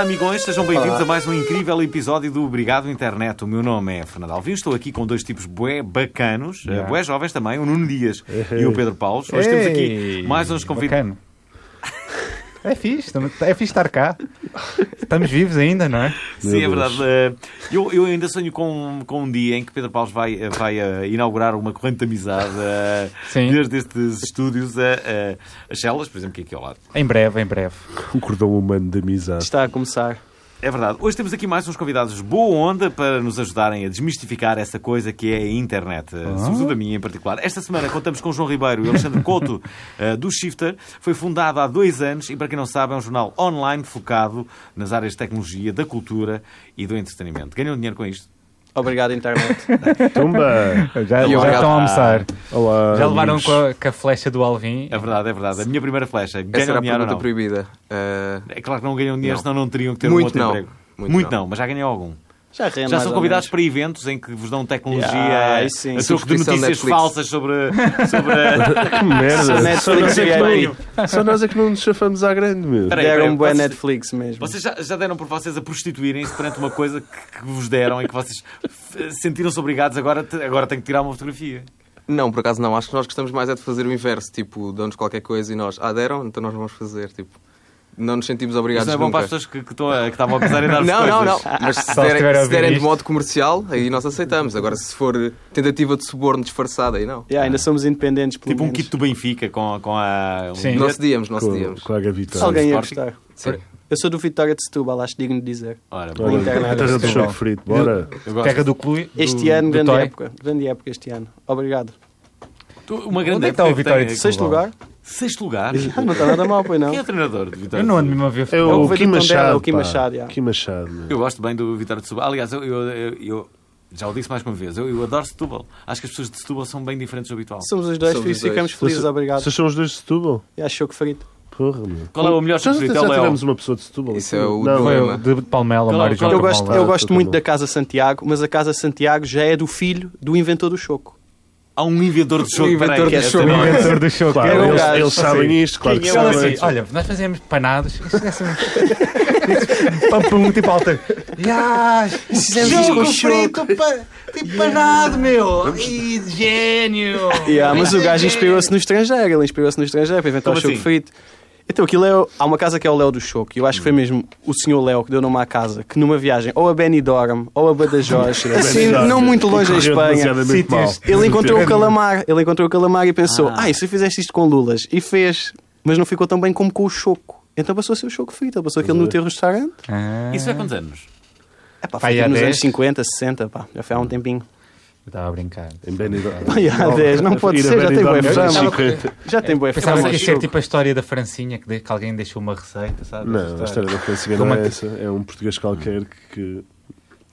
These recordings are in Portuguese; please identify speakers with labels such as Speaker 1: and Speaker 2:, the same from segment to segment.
Speaker 1: amigões, sejam bem-vindos a mais um incrível episódio do Obrigado Internet. O meu nome é Fernando Alvim, estou aqui com dois tipos bué bacanos, eh, bué jovens também, o Nuno Dias e o Pedro Paulos.
Speaker 2: Então
Speaker 1: Hoje temos aqui mais uns convidados.
Speaker 2: Bacana. É fixe, tamo- é fixe estar cá. Estamos vivos ainda, não é?
Speaker 1: Sim, é verdade. Eh, Eu, eu ainda sonho com, com um dia em que Pedro Paulos vai, eh, vai eh, inaugurar uma corrente de amizade eh,
Speaker 2: Sim.
Speaker 1: desde estes estúdios eh, a, a, a Chelas, por exemplo, que é aqui ao lado.
Speaker 2: Em breve, em breve.
Speaker 3: Um cordão humano de amizade.
Speaker 4: Está a começar.
Speaker 1: É verdade. Hoje temos aqui mais uns convidados boa onda para nos ajudarem a desmistificar essa coisa que é a internet, ah. sobretudo a minha em particular. Esta semana contamos com João Ribeiro e Alexandre Couto, eh, do Shifter. Foi fundado há dois anos e, para quem não sabe, é um jornal online focado nas áreas de tecnologia, da cultura e do entretenimento. Ganham dinheiro com isto?
Speaker 4: Obrigado, internet.
Speaker 3: Tumba!
Speaker 2: Já, já
Speaker 4: obrigado.
Speaker 2: estão a almoçar.
Speaker 3: é Olá,
Speaker 2: Já levaram
Speaker 3: amigos.
Speaker 2: com a, com a flecha do Alvin.
Speaker 1: É verdade, é verdade. A minha primeira flecha.
Speaker 4: Essa era
Speaker 1: Ganham
Speaker 4: a
Speaker 1: dinheiro ou
Speaker 4: pergunta
Speaker 1: não?
Speaker 4: proibida. Ah,
Speaker 1: É claro que não ganham dinheiro,
Speaker 4: Não.
Speaker 1: senão não teriam que ter um
Speaker 4: Muito
Speaker 1: outro
Speaker 4: não.
Speaker 1: emprego.
Speaker 4: Muito não.
Speaker 1: mas já ganhei algum.
Speaker 4: já rende
Speaker 1: Já
Speaker 4: É mais
Speaker 1: são
Speaker 4: ou
Speaker 1: convidados
Speaker 4: menos.
Speaker 1: para eventos em que vos dão tecnologia
Speaker 4: Ah,
Speaker 1: a
Speaker 4: aí sim.
Speaker 1: a troco de
Speaker 4: Subscrição
Speaker 1: notícias
Speaker 4: Netflix.
Speaker 1: falsas sobre, sobre a...
Speaker 3: Que merda! Só
Speaker 4: Netflix
Speaker 3: nós, é
Speaker 4: e
Speaker 3: que
Speaker 4: aí.
Speaker 3: não, só nós é que não nos chafamos à grande, meu.
Speaker 1: Peraí,
Speaker 4: Deram
Speaker 1: peraí,
Speaker 4: um bom
Speaker 1: vocês-
Speaker 4: Netflix mesmo.
Speaker 1: Vocês já, já deram por vocês a prostituírem-se perante uma coisa que, que vos deram e que vocês f- sentiram-se obrigados agora, te- agora tenho que tirar uma fotografia.
Speaker 4: Não, por acaso não. Acho que nós gostamos mais é de fazer o inverso. Tipo, dão-nos qualquer coisa e nós, ah, deram? Então nós vamos fazer. Tipo, não nos sentimos
Speaker 1: Isso
Speaker 4: obrigados
Speaker 1: não é bom para
Speaker 4: nunca.
Speaker 1: as pessoas que, que, estão a- que estavam a pensar em dar
Speaker 4: não, não, não. Mas se,
Speaker 2: Só se tiver a
Speaker 4: derem, se
Speaker 2: ouvir
Speaker 4: derem de
Speaker 2: isto.
Speaker 4: modo comercial, aí nós aceitamos. Agora, se for tentativa de suborno disfarçada, aí não.
Speaker 5: Yeah, ainda somos independentes, pelo
Speaker 1: Tipo um
Speaker 5: menos.
Speaker 1: kit do Benfica com, com a... um
Speaker 2: Sim.
Speaker 1: bilhete.
Speaker 4: Não cedíamos, não
Speaker 3: Com,
Speaker 4: cedíamos.
Speaker 3: com a Gavitar.
Speaker 5: Alguém ia
Speaker 1: Sporting.
Speaker 5: gostar.
Speaker 4: Sim.
Speaker 5: Eu sou do Vitória de Setúbal, acho digno de dizer.
Speaker 1: Ora, bom,
Speaker 3: Olha,
Speaker 5: Internet.
Speaker 3: a terra do choque frito, bora.
Speaker 1: eu gosto.
Speaker 2: Terra do Clube. do-
Speaker 5: Este ano,
Speaker 2: do
Speaker 5: grande
Speaker 2: Toy.
Speaker 5: época. Grande época este ano. Obrigado.
Speaker 1: Tu- Uma grande
Speaker 2: Onde é que está o
Speaker 1: época
Speaker 2: Vitória
Speaker 1: tem-
Speaker 2: de Setúbal?
Speaker 5: Sexto lugar?
Speaker 1: Sexto lugar?
Speaker 5: Ah, não está nada mal, pois não.
Speaker 1: Quem é o treinador de Vitória
Speaker 2: Eu
Speaker 1: de
Speaker 2: não ando
Speaker 1: Setúbal?
Speaker 2: mesmo a ver
Speaker 3: É
Speaker 2: futebol.
Speaker 3: o,
Speaker 5: o
Speaker 3: Kim
Speaker 5: Vedetondela,
Speaker 3: Machado.
Speaker 5: o Kim
Speaker 3: pá.
Speaker 5: Machado, já.
Speaker 3: Kim Machado, meu.
Speaker 1: Eu gosto bem do Vitória de Setúbal. Aliás, eu, eu- eu- eu já o disse mais que uma vez, eu, eu adoro Setúbal. Acho que as pessoas de Setúbal são bem diferentes do habitual.
Speaker 5: Somos os dois,
Speaker 4: Somos
Speaker 5: por
Speaker 4: os
Speaker 5: isso
Speaker 4: dois.
Speaker 5: ficamos felizes,
Speaker 3: Vocês-
Speaker 5: obrigado.
Speaker 3: Vocês Tá são os dois de Setúbal?
Speaker 5: E achou que frito.
Speaker 3: Porra, meu.
Speaker 1: Qual é o melhor
Speaker 3: Já, já,
Speaker 1: substituto? É o Léo.
Speaker 3: tivemos uma pessoa de Setúbal.
Speaker 4: Isso é o
Speaker 3: Não,
Speaker 4: do-
Speaker 2: Foi
Speaker 3: é-
Speaker 2: o de Palmela,
Speaker 1: Qual-
Speaker 2: Mário João
Speaker 1: qual- Tá
Speaker 5: Eu
Speaker 1: bom,
Speaker 5: gosto,
Speaker 2: Palmela.
Speaker 5: eu
Speaker 3: tá
Speaker 5: gosto
Speaker 3: bom.
Speaker 5: muito da Casa Santiago, mas a Casa Santiago já é do filho do inventor do Choco.
Speaker 1: Há um inventor de jogo.
Speaker 4: Um inventor
Speaker 1: Peraí,
Speaker 4: de
Speaker 1: que é-
Speaker 4: jogo.
Speaker 2: O inventor do show.
Speaker 3: Claro,
Speaker 5: Era um
Speaker 3: eles,
Speaker 5: gajo, é
Speaker 3: eles sabem isto, claro que
Speaker 2: Ele assim,
Speaker 3: sabem.
Speaker 2: olha, nós fazemos panados. Isto é assim. Papum, tipo alter. Ya, Jogo frito, pa- tipo panado, meu. Ih, gênio.
Speaker 5: Yeah, mas o gajo inspirou-se no estrangeiro, ele inspirou-se no estrangeiro para inventar
Speaker 1: Como
Speaker 5: o Choco
Speaker 1: assim?
Speaker 5: frito. Então aquilo é. o- Há uma casa que é o Léo do Choco, e eu acho que foi mesmo o senhor Léo que deu nome à casa, que numa viagem ou a Benidorm ou a Badajoz, assim,
Speaker 3: Benidorm.
Speaker 5: não muito longe em
Speaker 3: Correu
Speaker 5: Espanha.
Speaker 3: demasiadamente
Speaker 2: Sítios.
Speaker 3: mal.
Speaker 5: Ele encontrou o
Speaker 2: Entendo.
Speaker 5: calamar, ele encontrou o calamar e pensou: ah, e se fizeste isto com lulas? E fez, mas não ficou tão bem como com o choco. Então passou a ser o choco frito, ele passou aquilo no teu restaurante.
Speaker 2: Ah,
Speaker 1: Isso é quantos anos?
Speaker 5: É pá,
Speaker 2: Pá,
Speaker 5: foi
Speaker 2: e há
Speaker 5: tipo nos
Speaker 2: 10?
Speaker 5: anos 50, 60, pá, já foi há um tempinho.
Speaker 2: Eu Estava a brincar.
Speaker 3: Em Benidorm.
Speaker 5: Pá, e há 10, não pode
Speaker 3: Ir a
Speaker 5: ser, já tem
Speaker 3: Benidorm
Speaker 5: boa
Speaker 3: nos anos
Speaker 5: fama.
Speaker 3: 50.
Speaker 5: Já tem boa
Speaker 2: Pensava
Speaker 5: fama.
Speaker 2: que ia
Speaker 5: o
Speaker 2: ser
Speaker 5: Choco.
Speaker 2: tipo a história da Francinha, que, de- que alguém deixou uma receita, sabe?
Speaker 3: Não, a história da Francinha não
Speaker 2: Como é
Speaker 3: é
Speaker 2: que-
Speaker 3: essa. É um português qualquer que que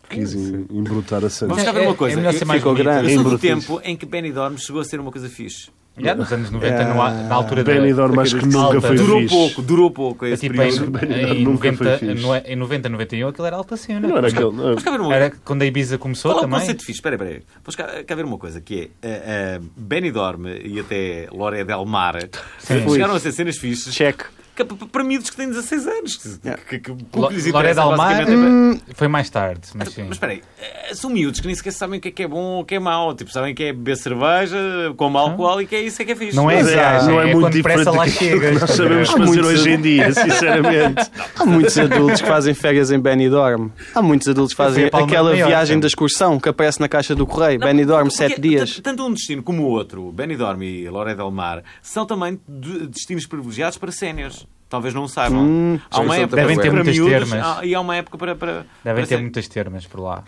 Speaker 3: quis em- embrutar a Santa.
Speaker 1: Vamos cá ver
Speaker 2: É-
Speaker 1: uma coisa.
Speaker 2: é melhor ser mais
Speaker 1: eu,
Speaker 2: bonito.
Speaker 1: eu sou do
Speaker 3: Embrutis.
Speaker 1: tempo em que Benidorm chegou a ser uma coisa fixe.
Speaker 2: Já nos anos 90, no a- na altura da.
Speaker 3: Benidorm acho que nunca
Speaker 2: Alta.
Speaker 3: foi
Speaker 1: Durou
Speaker 3: fixe.
Speaker 1: pouco, durou pouco esse
Speaker 2: Tipo,
Speaker 1: período.
Speaker 2: em, em,
Speaker 3: Nunca foi
Speaker 2: 90,
Speaker 3: fixe.
Speaker 2: no- em 90, 91, aquilo era alta cena.
Speaker 3: Não era aquele.
Speaker 6: é
Speaker 3: não.
Speaker 1: Vamos cá ver uma
Speaker 2: Era quando a Ibiza começou
Speaker 1: Qual é o
Speaker 2: também.
Speaker 1: conceito fixe? Espera, espera. aí. Vamos cá, cá ver uma coisa, que é eh, eh, Benidorm e até Loré del Mar chegaram a ser cenas fixes
Speaker 5: Check.
Speaker 1: que- p- para miúdos que têm 16 anos. Que, que, que, que o que lhes
Speaker 2: Loré Hum. de
Speaker 1: interessa
Speaker 2: Almar
Speaker 1: basicamente é-
Speaker 2: foi mais tarde, mas sim.
Speaker 1: Mas espera aí, eh, são miúdos que nem sequer sabem o que é que é bom ou o que é mau. Tipo, sabem que é beber cerveja, como álcool e que é isso é que é fixe.
Speaker 2: Não é
Speaker 3: Mas é,
Speaker 2: viagem,
Speaker 3: não é muito
Speaker 2: quando pressa
Speaker 3: diferente
Speaker 2: lá
Speaker 3: daquilo
Speaker 2: chegas.
Speaker 3: Nós sabemos fazer
Speaker 5: muitos
Speaker 3: hoje em dia, sinceramente.
Speaker 5: Há muitos adultos que fazem férias em Benidorm. Há muitos adultos que
Speaker 2: Eu fui
Speaker 5: fazem
Speaker 2: a Palma de
Speaker 5: aquela
Speaker 2: Maiorca.
Speaker 5: viagem da excursão que aparece na caixa do correio.
Speaker 1: Não,
Speaker 5: Benidorm,
Speaker 1: porque
Speaker 5: 7 dias.
Speaker 1: t- Tanto um destino como o outro, Benidorm e Loré del Mar, são também de- destinos privilegiados para séniores. Talvez não saibam.
Speaker 2: Hum,
Speaker 1: há uma
Speaker 4: sim,
Speaker 1: época
Speaker 4: devem
Speaker 1: para
Speaker 4: ter
Speaker 2: muitas
Speaker 1: miúdos
Speaker 2: termas.
Speaker 1: há- e há uma época para. para
Speaker 2: Devem
Speaker 1: para
Speaker 2: ter
Speaker 1: séniores.
Speaker 2: muitas termas por lá.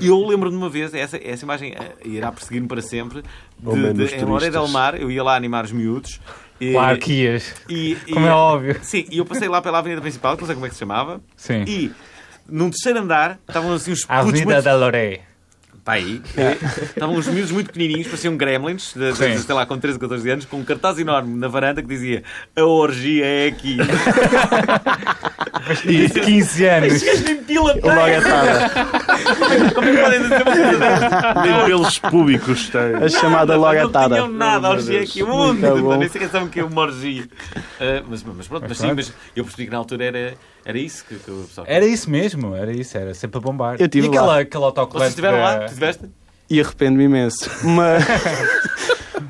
Speaker 1: Eu lembro de uma vez, essa, essa imagem eh, irá perseguir-me para sempre,
Speaker 3: Ou
Speaker 1: de,
Speaker 3: menos
Speaker 1: de, em Loré
Speaker 3: turistas.
Speaker 1: del Mar, eu ia lá animar os miúdos. e-
Speaker 2: Claro que ias.
Speaker 1: e- e-
Speaker 2: Como é óbvio.
Speaker 1: Sim, e eu passei lá pela Avenida Principal, que não sei como é que se chamava,
Speaker 2: Sim.
Speaker 1: e num terceiro andar estavam assim os
Speaker 2: A
Speaker 1: putos
Speaker 2: Avenida
Speaker 1: muito-
Speaker 2: da Loré.
Speaker 1: Pá, para Tá aí.
Speaker 5: É.
Speaker 1: Estavam uns miúdos muito pequenininhos, pareciam gremlins, de, de, sei lá, com 13, 14 anos, com um cartaz enorme na varanda que dizia a orgia é aqui.
Speaker 6: E 15 anos.
Speaker 1: Os gajos nem pila têm.
Speaker 5: Logo é tarde.
Speaker 1: Como é que podem dizer uma coisa dessas?
Speaker 3: Nem pelos públicos tem.
Speaker 5: A chamada logo é
Speaker 1: Não tinham
Speaker 5: tarde.
Speaker 1: nada, a orgia é aqui. Mundo,
Speaker 5: Muito bom.
Speaker 1: nem sei quem sabe o que é uma orgia. Ah, mas, mas pronto, mas sim, mas eu percebi que na altura era, era isso que, que o pessoal
Speaker 6: Era isso mesmo, era isso, era sempre a bombar.
Speaker 5: Eu
Speaker 6: e
Speaker 5: tive
Speaker 6: aquela,
Speaker 5: lá.
Speaker 6: aquela autocolante.
Speaker 1: Vocês estiveram
Speaker 6: da-
Speaker 5: é.
Speaker 1: lá? Tu estiveste?
Speaker 5: E arrependo-me imenso. Mas,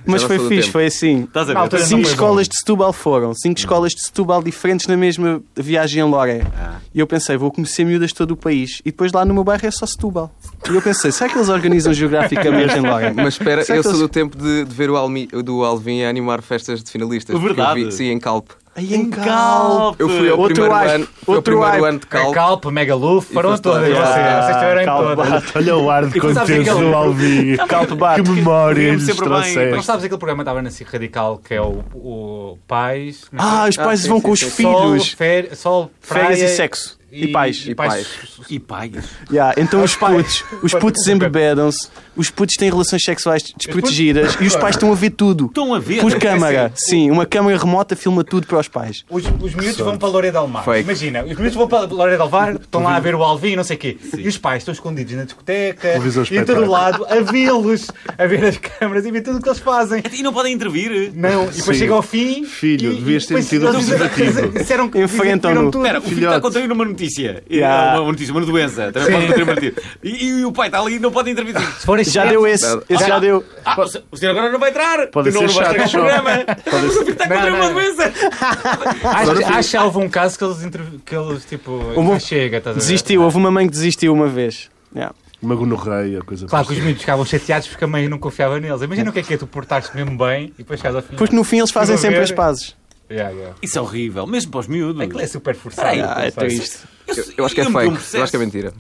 Speaker 5: mas
Speaker 4: Já
Speaker 5: foi
Speaker 4: passou
Speaker 5: fixe,
Speaker 4: do tempo. Hum.
Speaker 5: foi assim.
Speaker 2: Tá,
Speaker 1: Estás a ver?
Speaker 6: Na altura foi
Speaker 5: Cinco
Speaker 6: bom.
Speaker 5: escolas de Setúbal foram, cinco escolas de Setúbal diferentes na mesma viagem a Loré.
Speaker 4: Ah.
Speaker 5: E eu pensei, vou conhecer miúdas de todo o país. E depois lá no meu bairro é só Setúbal. E eu pensei, será que eles organizam geograficamente em Loré?
Speaker 4: Mas espera,
Speaker 5: Será
Speaker 4: eu
Speaker 5: que
Speaker 4: sou
Speaker 5: eles-
Speaker 4: do tempo de, de ver o, Almi, do Alvin a animar festas de finalistas. porque eu
Speaker 1: Verdade.
Speaker 4: vi- sim, em Calpe.
Speaker 5: Ai, em Cal-
Speaker 4: Eu fui ao
Speaker 5: Outro
Speaker 4: primeiro
Speaker 5: hype,
Speaker 4: ano, fui ao
Speaker 5: outro hype.
Speaker 4: primeiro ano de
Speaker 6: Calpe,
Speaker 4: Calpe.
Speaker 6: É Calpe Megaluf,
Speaker 4: E
Speaker 6: foram
Speaker 4: foste
Speaker 6: todas.
Speaker 4: todas.
Speaker 6: Vocês,
Speaker 4: Ah,
Speaker 6: vocês estiveram em todas.
Speaker 3: Calbate, olha o ar de
Speaker 6: E tu sabes
Speaker 3: contentes
Speaker 6: aquele-
Speaker 3: do Alvinho.
Speaker 5: Calbate.
Speaker 3: Que memória
Speaker 1: Lembro-me
Speaker 3: lhes
Speaker 1: sempre bem.
Speaker 6: Não
Speaker 3: trouxeste.
Speaker 6: sabes aquele programa que estava na SIC Radical que é o, o Pais.
Speaker 5: Ah, os pais
Speaker 4: sim,
Speaker 5: vão
Speaker 4: sim,
Speaker 5: com os
Speaker 4: sim.
Speaker 6: Sol,
Speaker 5: filhos.
Speaker 6: fer, sol, praia
Speaker 5: Férias e sexo. E pais.
Speaker 6: E
Speaker 4: E
Speaker 6: pais.
Speaker 1: E paias.
Speaker 5: Yeah, então os putos, os putos embebedam-se, os putos têm relações sexuais desprotegidas e os pais estão a ver tudo.
Speaker 1: Estão a ver? É assim,
Speaker 5: Por câmara. Sim, uma câmara remota filma tudo para os pais.
Speaker 6: Os, os miúdos vão para Loreia de Almar.
Speaker 4: Fake.
Speaker 6: Imagina, os miúdos vão para Loreia de Almar, estão lá a ver o Alvin, não sei o quê. E os pais estão escondidos na discoteca
Speaker 3: Televisão
Speaker 6: e a todo
Speaker 3: espetáculo.
Speaker 6: lado a vê-los, a ver as câmaras e ver tudo o que eles fazem.
Speaker 1: E é assim, não podem intervir.
Speaker 6: Não, e depois
Speaker 3: Sim.
Speaker 6: chega ao fim.
Speaker 3: Filho,
Speaker 6: e- e
Speaker 3: devias ter
Speaker 6: depois
Speaker 3: metido um
Speaker 6: eles dizem-
Speaker 3: preservativo.
Speaker 6: Disseram que
Speaker 5: Enfrentam-no.
Speaker 6: viram tudo.
Speaker 1: Espera, o filho está a
Speaker 3: Filhote.
Speaker 1: contribuir numa notícia.
Speaker 5: Yeah.
Speaker 1: Uma, uma notícia, uma doença. Também pode contribuir uma notícia. E, e o pai está ali e não pode intervir.
Speaker 6: Se forem
Speaker 5: Já
Speaker 6: chatos,
Speaker 5: deu esse, esse já deu.
Speaker 1: Ah, o se- o senhor agora não vai entrar.
Speaker 3: Podem
Speaker 1: não,
Speaker 3: ser
Speaker 1: não vai entrar
Speaker 3: chatos,
Speaker 1: no programa. Mas o filho está a
Speaker 6: Não,
Speaker 1: contrair uma
Speaker 6: não.
Speaker 1: doença.
Speaker 6: Acho, acho que houve um caso que eles, entre- que eles tipo.
Speaker 5: bom-
Speaker 6: não chega, estás a ver?
Speaker 5: Desistiu, houve uma mãe que desistiu uma vez. Yeah.
Speaker 3: Uma gonorreia,
Speaker 6: Claro que
Speaker 3: coisa
Speaker 6: os
Speaker 3: parecida.
Speaker 6: miúdos ficavam chateados porque a mãe não confiava neles. Imagina o que é que é tu portaste mesmo bem e depois chegas ao fim.
Speaker 5: Porque no fim eles fazem
Speaker 6: Estive a
Speaker 5: sempre
Speaker 6: ver.
Speaker 5: as pazes.
Speaker 6: Yeah, yeah.
Speaker 1: Isso é horrível, mesmo para os miúdos.
Speaker 6: Aquilo é super forçado.
Speaker 1: Peraí.
Speaker 5: Ah, é
Speaker 6: Sabe?
Speaker 5: triste.
Speaker 4: Eu, eu acho que é
Speaker 1: Eu- eu- um
Speaker 4: fake.
Speaker 1: processo.
Speaker 4: Eu acho que é mentira.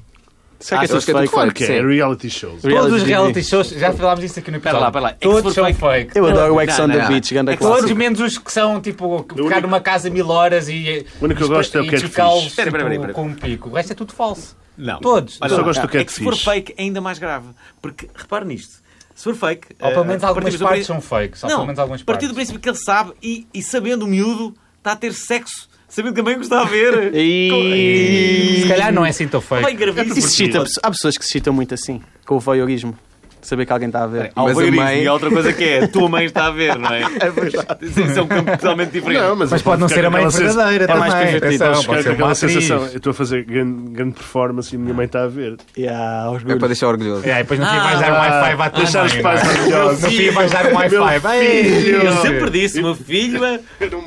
Speaker 5: Será que é
Speaker 4: eu
Speaker 5: tudo
Speaker 4: acho que é
Speaker 5: fake?
Speaker 4: tudo fake.
Speaker 3: Que é
Speaker 4: sim.
Speaker 3: reality shows.
Speaker 6: Todos os
Speaker 5: TV.
Speaker 6: reality shows, já falámos disso aqui no
Speaker 1: Pera
Speaker 6: episódio.
Speaker 1: lá, pera lá. É que se
Speaker 6: Todos
Speaker 1: for
Speaker 6: são
Speaker 1: fake-
Speaker 6: fake.
Speaker 5: Eu adoro o Ex
Speaker 1: Não,
Speaker 5: on the
Speaker 1: não.
Speaker 5: Beach, ganda
Speaker 1: É que se for
Speaker 6: Todos
Speaker 5: clássico.
Speaker 6: menos os que são tipo ficar
Speaker 3: único-
Speaker 6: numa casa mil horas e.
Speaker 3: O único que eu
Speaker 6: e-
Speaker 3: gosto é o
Speaker 6: e
Speaker 3: que é de
Speaker 6: chocá-los,
Speaker 3: fixe.
Speaker 1: Pera, pera, pera,
Speaker 6: tipo,
Speaker 1: pera.
Speaker 6: Com um pico. O resto é tudo falso.
Speaker 1: Não.
Speaker 6: Todos.
Speaker 1: Olha
Speaker 3: Eu só
Speaker 1: lá,
Speaker 3: gosto do
Speaker 1: é
Speaker 3: catfish.
Speaker 1: que se for fake é ainda mais grave. Porque, repare nisto, se for fake...
Speaker 6: Ou
Speaker 1: eh,
Speaker 6: pelo menos
Speaker 1: a partir
Speaker 6: algumas
Speaker 1: do
Speaker 6: partes
Speaker 1: prin-
Speaker 6: são fakes. Ou
Speaker 1: Não,
Speaker 6: pelo menos algumas
Speaker 1: a partir do
Speaker 6: partes.
Speaker 1: princípio que ele sabe e, e sabendo o miúdo está a ter sexo, sabendo que a mãe o está a ver.
Speaker 5: E...
Speaker 6: Se calhar não é assim tão
Speaker 1: Bem
Speaker 6: fake.
Speaker 1: gravíssimo.
Speaker 5: Isso excita, há pessoas que se excitam muito assim, com o voyeurismo. Saber que alguém está a ver.
Speaker 1: Há o
Speaker 4: Mas a
Speaker 1: voyeurismo
Speaker 4: mãe-
Speaker 1: e há outra coisa que é a tua mãe está a ver, não é? É verdade. Isso é um campo totalmente diferente.
Speaker 6: Mas pode não ser a mãe verdadeira
Speaker 5: é mais
Speaker 6: também.
Speaker 5: pervertido.
Speaker 6: Atenção,
Speaker 5: Acho
Speaker 6: Pode ser uma
Speaker 3: então Aquela
Speaker 6: atriz.
Speaker 3: sensação, eu estou a fazer grande, grande performance e a minha mãe está a ver.
Speaker 5: Yeah, aos
Speaker 4: É para
Speaker 5: gurus.
Speaker 4: deixar orgulhoso.
Speaker 6: E aí, depois no fim vais dar um
Speaker 3: Ah,
Speaker 6: Wi-Fi à tua
Speaker 3: deixar os
Speaker 6: mãe,
Speaker 3: pais
Speaker 6: não é?
Speaker 3: orgulhosos.
Speaker 6: No fim vais dar um Wi-Fi.
Speaker 1: Eu
Speaker 6: Ei,
Speaker 1: sempre disse, meu filho... é-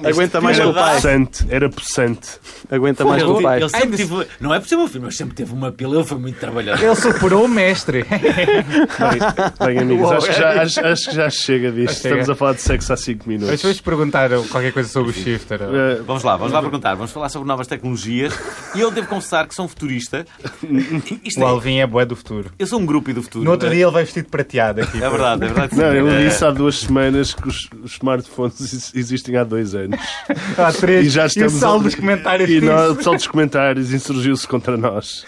Speaker 5: Aguenta mais
Speaker 3: Era
Speaker 5: que o pai.
Speaker 3: possante, era possante.
Speaker 5: Aguenta mais que o
Speaker 1: Ele-
Speaker 5: pai.
Speaker 1: ele sempre teve- Não é por ser meu filho, mas sempre teve uma pila, ele foi muito trabalhador.
Speaker 6: Ele superou o mestre.
Speaker 3: Bem, amigos, acho que, já, acho, acho que já chega disto.
Speaker 6: chega.
Speaker 3: Estamos a falar de sexo há 5
Speaker 6: Mas
Speaker 3: minutos.
Speaker 6: depois perguntaram qualquer coisa sobre o shifter.
Speaker 3: Eh,
Speaker 1: Vamos lá, vamos lá perguntar. Vamos falar sobre novas tecnologias. E eu devo confessar que sou um futurista. Isto
Speaker 6: O
Speaker 1: é,
Speaker 6: Alvin é boé do futuro.
Speaker 1: eu sou um grupo e do futuro.
Speaker 6: No outro dia ele vai vestido de prateado aqui.
Speaker 1: É verdade, é verdade. que sim.
Speaker 3: Não,
Speaker 1: É,
Speaker 3: eu disse há duas semanas que os, os smartphones ex- existem há dois anos.
Speaker 6: Há três.
Speaker 3: E já
Speaker 6: E o
Speaker 3: estamos.
Speaker 6: saldo
Speaker 3: a-
Speaker 6: dos comentários.
Speaker 3: E
Speaker 6: diz.
Speaker 3: nós, o pessoal dos comentários insurgiu-se contra nós.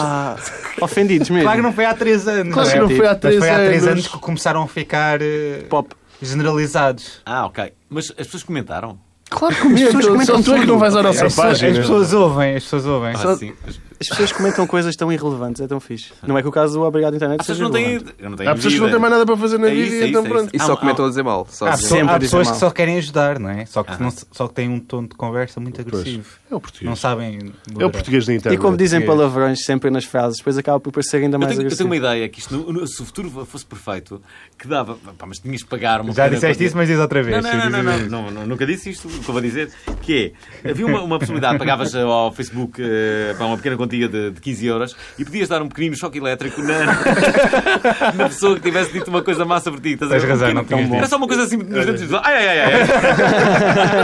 Speaker 5: Ah, ofendidos mesmo.
Speaker 6: Claro que não foi há três anos.
Speaker 3: Claro que
Speaker 6: é?
Speaker 3: não foi há
Speaker 6: Mas
Speaker 3: três
Speaker 6: foi há três
Speaker 3: anos.
Speaker 6: anos que começaram a ficar eh,
Speaker 5: Pop.
Speaker 6: generalizados.
Speaker 1: Ah, ok. Mas as pessoas comentaram.
Speaker 5: Claro que mesmo.
Speaker 3: Só tu é que não vais à nossa
Speaker 6: As pessoas, as
Speaker 3: página.
Speaker 6: pessoas ouvem, as pessoas ouvem.
Speaker 1: Ah, sim. As
Speaker 5: As pessoas comentam coisas tão irrelevantes, é tão fixe. Não é que o caso do Obrigado Internet
Speaker 1: as pessoas
Speaker 5: seja
Speaker 1: não têm.
Speaker 5: irrelevante.
Speaker 1: eu não tenho
Speaker 3: Há Ah, pessoas que não
Speaker 1: vida.
Speaker 3: têm mais nada para fazer na
Speaker 1: É isso,
Speaker 3: vida
Speaker 1: é
Speaker 3: e então
Speaker 1: isso, é
Speaker 3: pronto.
Speaker 4: E
Speaker 1: Há-
Speaker 4: só
Speaker 1: há-
Speaker 4: comentam a dizer mal. Só a
Speaker 6: Há,
Speaker 4: dizer
Speaker 6: pessoa-
Speaker 5: Sempre
Speaker 6: há
Speaker 5: dizem
Speaker 6: pessoas
Speaker 5: mal.
Speaker 6: que Ah, só querem ajudar, não é? Só que, não, só que têm um tom de conversa muito agressivo.
Speaker 3: É o
Speaker 6: Não
Speaker 3: português.
Speaker 6: sabem.
Speaker 3: É o
Speaker 6: moderar.
Speaker 3: português da internet.
Speaker 5: E como dizem
Speaker 6: É.
Speaker 5: palavrões sempre nas frases, depois acaba por parecer ainda
Speaker 1: Eu
Speaker 5: mais
Speaker 1: tenho, eu tenho
Speaker 5: agressivo.
Speaker 1: uma ideia que isto, no- no- se o futuro fosse perfeito, que dava. Pá, mas tinhas de pagar uma
Speaker 6: Já
Speaker 1: pequena
Speaker 6: disseste
Speaker 1: quantia-
Speaker 6: isso, mas diz outra vez.
Speaker 1: Não, não, não, não, não, não, não, nunca disse isto, o que eu vou dizer, que é, havia uma, uma possibilidade, pagavas eh, ao Facebook eh, pá, uma pequena quantia de, de 15 euros e podias dar um pequenino choque elétrico na, na pessoa que tivesse dito uma coisa má sobre ti. Estás a ver?
Speaker 6: Tens razão,
Speaker 1: Um
Speaker 6: não
Speaker 1: pequeno-
Speaker 6: tinhas dito.
Speaker 1: Era só uma coisa assim nos dentes. Ai, ai, ai, ai.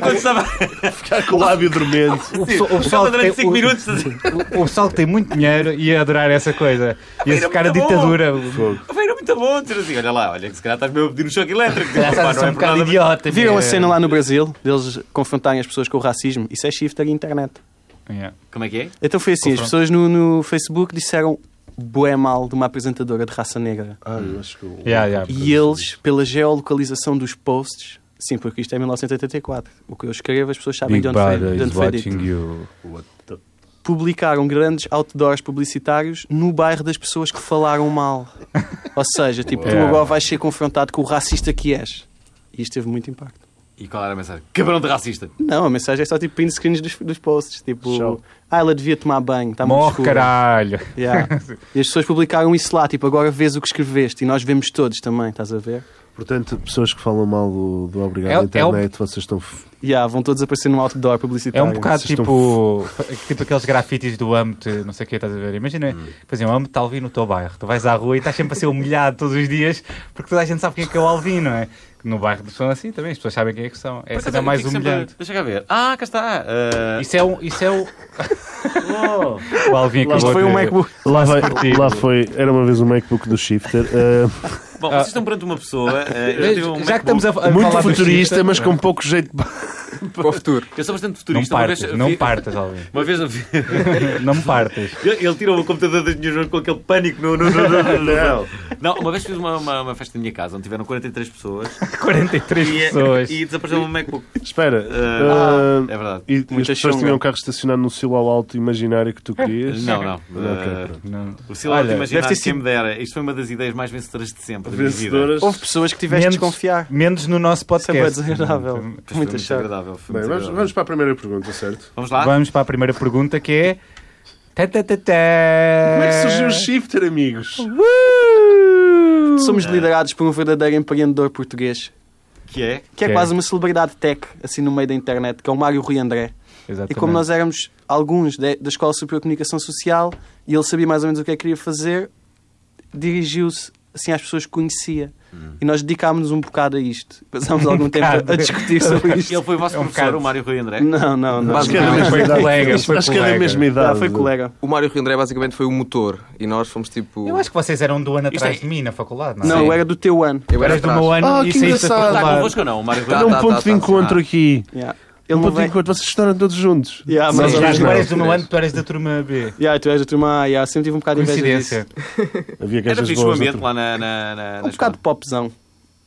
Speaker 1: Quando estava...
Speaker 3: Ficar com o lábio dormente.
Speaker 6: O pessoal- o pessoal
Speaker 1: Estava durante
Speaker 6: que
Speaker 1: 5
Speaker 6: tem- o-
Speaker 1: minutos. assim,
Speaker 6: o- o pessoal que tem muito dinheiro ia adorar essa coisa. Ia
Speaker 1: Era
Speaker 6: ficar a
Speaker 1: muito bom.
Speaker 6: ditadura.
Speaker 1: "Pá, Era muito bom dizer assim, olha lá, olha que se calhar estás mesmo a pedir um choque elétrico.
Speaker 6: Já
Speaker 1: Pá,
Speaker 6: sabes,
Speaker 1: não
Speaker 6: sou
Speaker 1: é por
Speaker 6: um bocado
Speaker 1: nada,
Speaker 6: idiota.
Speaker 5: Viram a cena lá no Brasil, deles confrontarem as pessoas com o racismo? Isso é shifter internet.
Speaker 6: Yeah.
Speaker 1: Como é que é?
Speaker 5: Então foi assim, as pessoas no, no Facebook disseram bué mal de uma apresentadora de raça negra.
Speaker 3: Ah, eu acho que eu...
Speaker 6: Yeah, yeah.
Speaker 5: E eles, pela geolocalização dos posts, sim, porque isto é 1984, o que eu escrevo as pessoas sabem
Speaker 7: Big
Speaker 5: de onde foi,
Speaker 7: Brother
Speaker 5: de
Speaker 7: is
Speaker 5: onde foi dito.
Speaker 7: watching you.
Speaker 3: What the-
Speaker 5: Publicaram grandes outdoors publicitários no bairro das pessoas que falaram mal. Ou seja, tipo, tu
Speaker 6: Yeah.
Speaker 5: agora vais ser confrontado com o racista que és. E isto teve muito impacto.
Speaker 1: E qual era a mensagem? Cabrão de racista.
Speaker 5: Não, a mensagem é só tipo print screens dos, dos posts. Tipo,
Speaker 3: Show.
Speaker 5: ah, ela devia tomar banho, está muito
Speaker 7: Morre,
Speaker 5: escuro.
Speaker 7: caralho.
Speaker 5: Yeah. E as pessoas publicaram isso lá, tipo, agora vês o que escreveste e nós vemos todos também, estás a ver?
Speaker 3: Portanto, pessoas que falam mal do, do Obrigado
Speaker 7: É-
Speaker 3: na
Speaker 7: é o-
Speaker 3: internet, vocês estão... f-
Speaker 5: Yeah, vão todos aparecer num outdoor
Speaker 6: É
Speaker 5: publicitário.
Speaker 6: um bocado
Speaker 3: vocês
Speaker 6: tipo, tipo aqueles grafites do âmbito, não sei o que estás a ver. Imagina
Speaker 5: Hum.
Speaker 6: fazer um âmbito Alvin no teu bairro. Tu vais à rua e estás sempre a ser humilhado todos os dias porque toda a gente sabe quem é que é o Alvin, não é? No bairro são assim também, as pessoas sabem quem é que são. Essa é a mais
Speaker 1: Fico sempre-
Speaker 6: humilhante.
Speaker 1: Deixa cá ver. Ah, cá está. Ah, oh.
Speaker 6: Isso é, um, isso é o. o Alvin acabou
Speaker 5: Isto foi
Speaker 6: de...
Speaker 5: um MacBook.
Speaker 3: Lá, vai-
Speaker 6: partido.
Speaker 3: lá foi... Era uma vez o MacBook do Shifter. ah,
Speaker 1: Bom, vocês estão perante uma pessoa. ah, eu tive um
Speaker 6: Já que estamos a, a
Speaker 3: muito
Speaker 6: falar Ah, do
Speaker 3: futurista,
Speaker 6: Chester,
Speaker 3: mas com pouco jeito.
Speaker 4: Para o futuro.
Speaker 1: MacBook- Eu sou bastante
Speaker 6: Não
Speaker 1: futurista.
Speaker 6: partas,
Speaker 1: uma
Speaker 6: não
Speaker 1: vez,
Speaker 6: partas, Alvin.
Speaker 1: Uma vez
Speaker 6: Não me partas.
Speaker 1: Ele ele tirou o computador das minhas mãos com aquele pânico. Não, não, não, não, não. Não, uma vez fiz uma, uma, uma festa na minha casa onde tiveram 43 pessoas
Speaker 6: 43
Speaker 1: e, é-
Speaker 6: pessoas.
Speaker 1: e desapareceu um MacBook.
Speaker 3: Espera.
Speaker 1: Ah,
Speaker 3: ah,
Speaker 1: É verdade.
Speaker 3: E, e as
Speaker 5: Muita
Speaker 3: pessoas
Speaker 5: chunga.
Speaker 3: tinham o carro estacionado no silo ao alto imaginário que tu querias?
Speaker 1: Não, não.
Speaker 3: Ok,
Speaker 1: Ah,
Speaker 3: pronto.
Speaker 6: Não.
Speaker 1: o Silvio,
Speaker 6: Olha,
Speaker 1: imaginar
Speaker 5: deve ter
Speaker 1: quem
Speaker 5: sido-
Speaker 1: me dera. Isto foi uma das ideias mais vencedoras de sempre. da minha vida.
Speaker 3: Vencedoras.
Speaker 5: Houve pessoas que tiveste de desconfiar.
Speaker 6: menos no nosso
Speaker 5: Isso é bem
Speaker 6: podcast.
Speaker 5: desagradável.
Speaker 1: Mas é foi
Speaker 5: Muito
Speaker 1: muito
Speaker 5: chato.
Speaker 1: agradável. foi
Speaker 3: Bem,
Speaker 1: muito
Speaker 3: vamos,
Speaker 1: agradável.
Speaker 3: vamos para a primeira pergunta, certo?
Speaker 1: Vamos lá?
Speaker 6: Vamos para a primeira pergunta que é. Tá, tá, tá, tá.
Speaker 3: Como é que surgiu o Shifter, amigos?
Speaker 6: É.
Speaker 5: Somos liderados por um verdadeiro empreendedor português,
Speaker 1: Que é?
Speaker 5: que é
Speaker 6: Que é?
Speaker 5: quase uma celebridade tech, assim no meio da internet, que é o Mário Rui André.
Speaker 6: Exatamente.
Speaker 5: E como nós éramos alguns de- da Escola Superior de Comunicação Social e ele sabia mais ou menos o que é que queria fazer, dirigiu-se assim às pessoas que conhecia. E nós dedicámos-nos um bocado a isto. Passámos algum tempo
Speaker 6: bocado.
Speaker 5: a discutir sobre isto.
Speaker 1: Ele foi o vosso
Speaker 6: É um
Speaker 1: professor,
Speaker 6: bocado.
Speaker 1: o Mário Rui André.
Speaker 5: Não, não, não.
Speaker 4: Basicamente,
Speaker 6: Foi colega, foi
Speaker 3: Acho que é da
Speaker 6: colega.
Speaker 3: mesma
Speaker 5: Ah,
Speaker 3: idade.
Speaker 5: foi colega.
Speaker 4: O Mário Rio André basicamente foi o motor e nós fomos tipo.
Speaker 6: Eu acho que vocês eram do ano
Speaker 1: Isto
Speaker 6: atrás
Speaker 1: é-
Speaker 6: de mim na faculdade, não é?
Speaker 5: Não,
Speaker 4: Sim.
Speaker 5: eu era do teu ano.
Speaker 4: Eu era
Speaker 6: Eras do
Speaker 4: atrás.
Speaker 6: meu ano
Speaker 3: Ah,
Speaker 6: e
Speaker 3: que
Speaker 6: saíste da
Speaker 3: engraçado.
Speaker 1: Está
Speaker 6: faculdade.
Speaker 1: convosco ou não, o Mário Rui
Speaker 4: Tá,
Speaker 3: Era
Speaker 1: André?
Speaker 3: um
Speaker 4: tá,
Speaker 3: ponto
Speaker 4: tá,
Speaker 3: de
Speaker 4: tá,
Speaker 3: encontro
Speaker 4: tá.
Speaker 3: aqui.
Speaker 5: Yeah.
Speaker 3: Um
Speaker 5: Ele não
Speaker 3: ponto de
Speaker 5: vem...
Speaker 3: encontro. Vocês estouraram todos juntos.
Speaker 5: Yeah, mas
Speaker 6: Mas
Speaker 5: ele
Speaker 6: já
Speaker 5: não-
Speaker 6: tu eras do meu
Speaker 4: Não.
Speaker 6: ano, tu eras da turma B.
Speaker 5: Yeah, tu és da turma A, yeah, sempre tive um bocado de inveja disso.
Speaker 6: Coincidência.
Speaker 3: Havia
Speaker 1: Era
Speaker 3: gajas
Speaker 1: fixe o
Speaker 3: boas.
Speaker 1: um ambiente lá na. na, na na
Speaker 5: Um
Speaker 1: escola.
Speaker 5: bocado de popzão.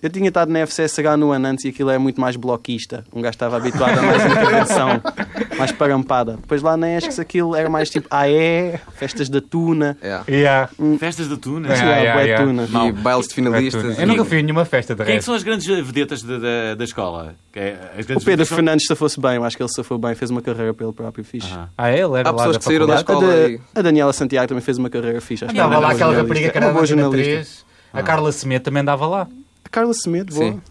Speaker 5: Eu tinha estado na FCSH no ano antes e aquilo é muito mais bloquista. Um gajo estava habituado a mais intervenção, mais parampada. Depois lá na ESCS aquilo era mais tipo AE, festas da tuna.
Speaker 4: Yeah.
Speaker 6: Yeah.
Speaker 1: Festas da Tuna.
Speaker 6: É.
Speaker 5: Yeah,
Speaker 6: yeah,
Speaker 5: bué
Speaker 6: yeah.
Speaker 5: tuna.
Speaker 4: É. E bailes de finalistas.
Speaker 6: Eu nunca fui a nenhuma festa
Speaker 1: Quem
Speaker 6: de
Speaker 1: é que
Speaker 6: resto.
Speaker 1: são as grandes vedetas da, da, da escola? Que é- as grandes
Speaker 5: O Pedro
Speaker 1: vedetas são-
Speaker 5: Fernandes se fosse bem, eu acho que ele se foi bem, fez uma carreira pelo próprio fixe.
Speaker 1: Ah.
Speaker 6: Ah, ele era
Speaker 4: Há
Speaker 6: lá
Speaker 4: pessoas
Speaker 6: da
Speaker 4: que saíram da
Speaker 6: faculdade.
Speaker 5: A,
Speaker 4: escola
Speaker 5: da-
Speaker 4: e.
Speaker 5: a Daniela Santiago também fez uma carreira fixe. Acho que
Speaker 6: Andava
Speaker 5: ela
Speaker 6: lá
Speaker 5: era
Speaker 6: aquela
Speaker 5: boa
Speaker 6: rapariga que
Speaker 5: jornalista.
Speaker 6: era
Speaker 5: é Uma boa
Speaker 6: da
Speaker 5: jornalista.
Speaker 6: 3. A Carla Semedo também andava lá.
Speaker 5: A Carla Semedo, boa.
Speaker 4: Sim.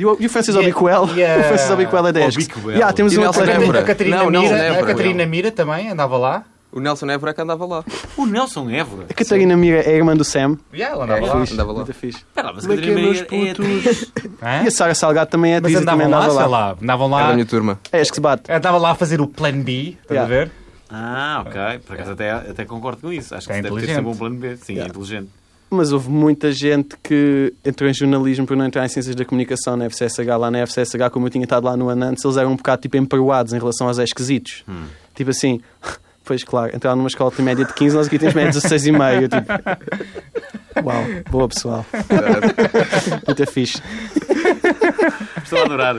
Speaker 4: Oh,
Speaker 5: E o, e o Francis
Speaker 6: E a-
Speaker 5: Obiquel?
Speaker 6: e a-
Speaker 5: O Francis Obiquel é da ESCS.
Speaker 1: Obiquel.
Speaker 5: Yeah, temos
Speaker 4: E
Speaker 5: um
Speaker 4: Nelson
Speaker 5: atleta-
Speaker 4: Évora.
Speaker 6: A Catarina,
Speaker 4: Não, não,
Speaker 6: Mira,
Speaker 4: Évora,
Speaker 6: a Catarina
Speaker 4: não.
Speaker 6: Mira também andava lá.
Speaker 4: O Nelson Évora é que andava lá.
Speaker 1: O Nelson Évora.
Speaker 5: A Catarina Mira é a irmã do Sam.
Speaker 6: Yeah, ela
Speaker 4: É,
Speaker 6: andava lá.
Speaker 4: andava lá.
Speaker 5: Muito fixe.
Speaker 1: Espera lá, mas
Speaker 3: Como é que é,
Speaker 1: Catarina
Speaker 3: meus
Speaker 1: Maria é atriz.
Speaker 3: putos?
Speaker 6: Hã?
Speaker 5: E a Sara Salgado também é
Speaker 6: Mas
Speaker 5: atriz e também
Speaker 6: andavam lá,
Speaker 5: andava
Speaker 6: sei
Speaker 5: lá.
Speaker 6: lá. Andavam
Speaker 4: Era
Speaker 6: lá.
Speaker 4: da minha turma.
Speaker 5: É ESCS bate.
Speaker 6: Andava lá a fazer o plano B, estás
Speaker 5: Yeah.
Speaker 6: a ver?
Speaker 1: Ah, ok. Por acaso até, até concordo com isso. Acho que
Speaker 6: É
Speaker 1: se deve ter
Speaker 6: inteligente.
Speaker 1: sempre um plano B. Sim, é inteligente.
Speaker 5: Mas houve muita gente que entrou em jornalismo por não entrar em ciências da comunicação na FCSH. Lá na FCSH, como eu tinha estado lá no ano antes, eles eram um bocado tipo emperuados em relação aos esquisitos. Tipo assim, pois claro, entrar numa escola de média de 15, nós aqui temos média de 16,5. Eu tipo, uau, boa pessoal. Muito fixe.
Speaker 1: Estou a adorar.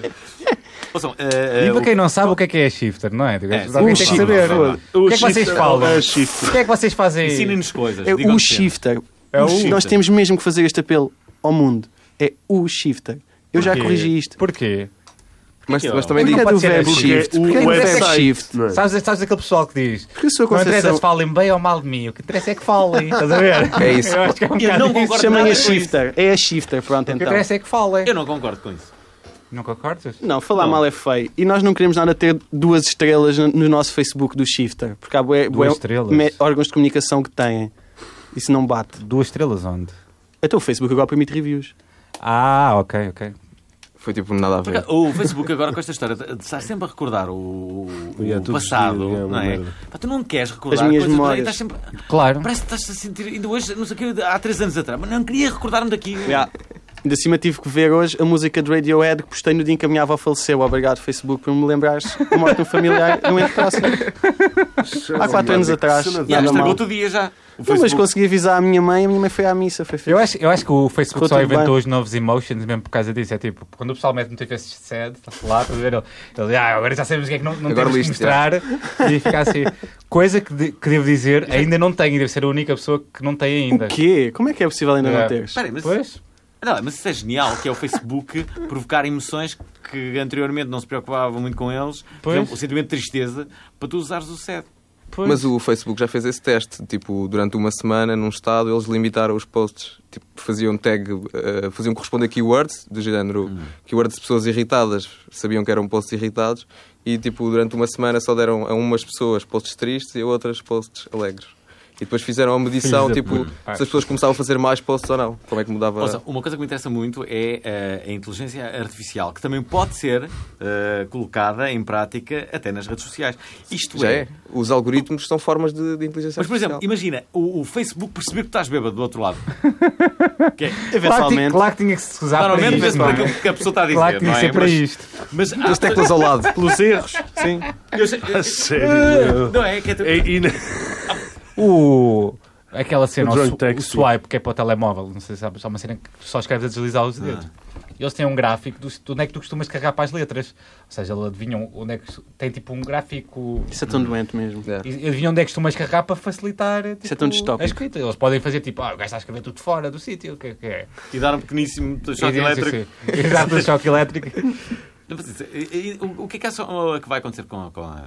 Speaker 1: Ouçam, eh, eh,
Speaker 6: E para
Speaker 1: o-
Speaker 6: quem não sabe o que é que é shifter, não é?
Speaker 1: É,
Speaker 6: Alguém tem
Speaker 1: sim.
Speaker 6: que saber.
Speaker 1: Vamos lá.
Speaker 6: O que é que vocês falam?
Speaker 3: É
Speaker 6: O
Speaker 3: Shifter.
Speaker 6: que é que vocês fazem?
Speaker 1: Ensinem-nos coisas.
Speaker 5: É
Speaker 1: digam
Speaker 5: o
Speaker 1: sempre.
Speaker 5: shifter.
Speaker 6: É o
Speaker 5: Nós
Speaker 1: shifter.
Speaker 5: temos mesmo que fazer este apelo ao mundo. É o shifter. Eu já
Speaker 6: Porquê?
Speaker 5: corrigi isto.
Speaker 6: Porquê?
Speaker 4: Mas,
Speaker 1: ó.
Speaker 4: mas também
Speaker 5: Porque
Speaker 4: digo.
Speaker 5: é do
Speaker 6: pode ser
Speaker 5: verbo
Speaker 6: assim.
Speaker 5: shift.
Speaker 3: Porque
Speaker 5: Porque é do
Speaker 3: o
Speaker 5: verbo
Speaker 3: website-
Speaker 5: shift.
Speaker 3: Não é?
Speaker 6: Sabes, sabes aquele pessoal que diz
Speaker 5: Porque a
Speaker 6: não
Speaker 5: sua
Speaker 6: interessa
Speaker 5: concepção...
Speaker 6: se falem bem ou mal de mim, o que interessa é que falem, estás a ver?
Speaker 4: É isso.
Speaker 6: Eu acho que é um
Speaker 1: Eu
Speaker 6: bocado
Speaker 1: não
Speaker 6: isso.
Speaker 1: concordo
Speaker 5: Chamem
Speaker 1: nada
Speaker 5: a
Speaker 1: com isso.
Speaker 5: shifter. É a shifter, pronto,
Speaker 6: O que
Speaker 5: então.
Speaker 6: interessa é que falem.
Speaker 1: Eu não concordo com isso.
Speaker 6: Não concordas?
Speaker 5: Não, falar mal é feio. E nós não queremos nada ter duas estrelas no- no nosso Facebook do Shifter, porque há bué,
Speaker 6: Duas
Speaker 5: bué
Speaker 6: estrelas?
Speaker 5: me- órgãos de comunicação que têm. Isso não bate.
Speaker 6: Duas estrelas onde?
Speaker 5: Até o Facebook agora permite reviews.
Speaker 6: Ah, ok, ok.
Speaker 4: Foi tipo nada a
Speaker 1: Por
Speaker 4: ver.
Speaker 1: acaso, O Facebook agora com esta história de de estar sempre a recordar o, o- o
Speaker 3: Yeah, todos os
Speaker 1: passado,
Speaker 3: dias, yeah,
Speaker 1: não
Speaker 3: uma
Speaker 1: é?
Speaker 3: merda.
Speaker 1: Pá, tu não queres recordar
Speaker 5: As minhas
Speaker 1: coisas, mas aí
Speaker 5: memórias.
Speaker 1: estás sempre-
Speaker 6: Claro.
Speaker 1: Parece que estás a sentir, ainda hoje, não sei o que, há três anos atrás, mas não queria recordar-me daquilo.
Speaker 5: Ainda acima tive que ver hoje a música de Radiohead que postei no dia em que a minha avó faleceu. Obrigado, Facebook, por me lembrares. A morte de um familiar não é próximo.
Speaker 3: é
Speaker 5: Há quatro anos atrás.
Speaker 1: Já
Speaker 5: Nada mal.
Speaker 1: estragou-te o dia já. O
Speaker 5: Não, mas
Speaker 1: Facebook.
Speaker 5: consegui avisar a minha mãe. A minha mãe foi à missa. Foi
Speaker 6: Eu
Speaker 5: feito.
Speaker 6: acho, eu acho que o Facebook
Speaker 5: Ficou
Speaker 6: só
Speaker 5: tudo bem.
Speaker 6: inventou os novos emotions mesmo por causa disso. É tipo, quando o pessoal mete notificações de sad, está-se lá, estás a ver? Ele, ele, ah, agora já sabemos o que é que não, não
Speaker 4: Agora
Speaker 6: temos que
Speaker 4: liste,
Speaker 6: mostrar. E fica assim. Coisa que, de- que devo dizer, ainda não tenho, e devo ser a única pessoa que não tem ainda.
Speaker 5: O quê? Como é que é possível ainda
Speaker 6: É.
Speaker 5: não teres?
Speaker 1: Espera aí, mas,
Speaker 6: Pois?
Speaker 1: não, mas isso é genial, que é o Facebook provocar emoções que anteriormente não se preocupava muito com eles. Por
Speaker 6: Pois.
Speaker 1: exemplo, o sentimento de tristeza, para tu usares o set.
Speaker 6: pois.
Speaker 4: Mas o Facebook já fez esse teste. Tipo, durante uma semana, num estado, eles limitaram os posts. Tipo, faziam tag, eh, faziam corresponder a keywords, do género
Speaker 1: Hum.
Speaker 4: keywords de pessoas irritadas, sabiam que eram posts irritados. E, tipo, durante uma semana só deram a umas pessoas posts tristes e a outras posts alegres. E depois fizeram a medição,
Speaker 6: Filhos da
Speaker 1: Hum.
Speaker 4: tipo,
Speaker 6: puta.
Speaker 4: se as pessoas começavam a fazer mais posts ou não. Como é que mudava?
Speaker 1: Ouça, uma coisa que me interessa muito é eh, a inteligência artificial, que também pode ser eh, colocada em prática até nas redes sociais. Isto
Speaker 4: Já
Speaker 1: é.
Speaker 4: é. Os algoritmos são formas de, de inteligência
Speaker 1: Mas, por exemplo,
Speaker 4: artificial.
Speaker 1: imagina o, o Facebook perceber que tu estás bêbado do outro lado. Que é-
Speaker 6: Claro que,
Speaker 5: Eventualmente.
Speaker 6: claro que tinha que se usar para
Speaker 1: Normalmente,
Speaker 6: isto.
Speaker 1: vê-se
Speaker 6: não
Speaker 1: para
Speaker 6: é?
Speaker 1: aquilo que a pessoa está a dizer.
Speaker 6: Claro que tinha
Speaker 1: não
Speaker 6: que
Speaker 1: é?
Speaker 6: ser para
Speaker 1: Mas-
Speaker 6: isto.
Speaker 1: Mas há-
Speaker 4: As teclas ao lado.
Speaker 5: Pelos erros. Sim.
Speaker 1: eu sei- eu-
Speaker 3: Sério?
Speaker 1: Não é? Que é tu-
Speaker 3: É ina-
Speaker 6: O... Aquela cena,
Speaker 3: O
Speaker 6: o,
Speaker 3: drone
Speaker 6: su-
Speaker 3: taxi.
Speaker 6: o swipe que é para o telemóvel, não sei se sabes, há uma cena que tu só escreves a deslizar os dedos. Eles têm um gráfico do, de onde é que tu costumas carregar para as letras. Ou seja, eles adivinham onde é que. Tem tipo um gráfico.
Speaker 5: Isso é tão doente mesmo.
Speaker 4: É.
Speaker 6: E adivinham onde é que costumas carregar para facilitar tipo,
Speaker 5: Isso é tão distópico.
Speaker 6: a escrita. Eles podem fazer tipo, ah, o gajo está a escrever tudo fora do sítio. o Que, que é?
Speaker 1: E dar um pequeníssimo choque
Speaker 6: Sim, sim,
Speaker 1: elétrico.
Speaker 6: sim. Exato, o choque elétrico.
Speaker 1: Não, mas isso- e- e- O o que é que, é só- que vai acontecer com, com a,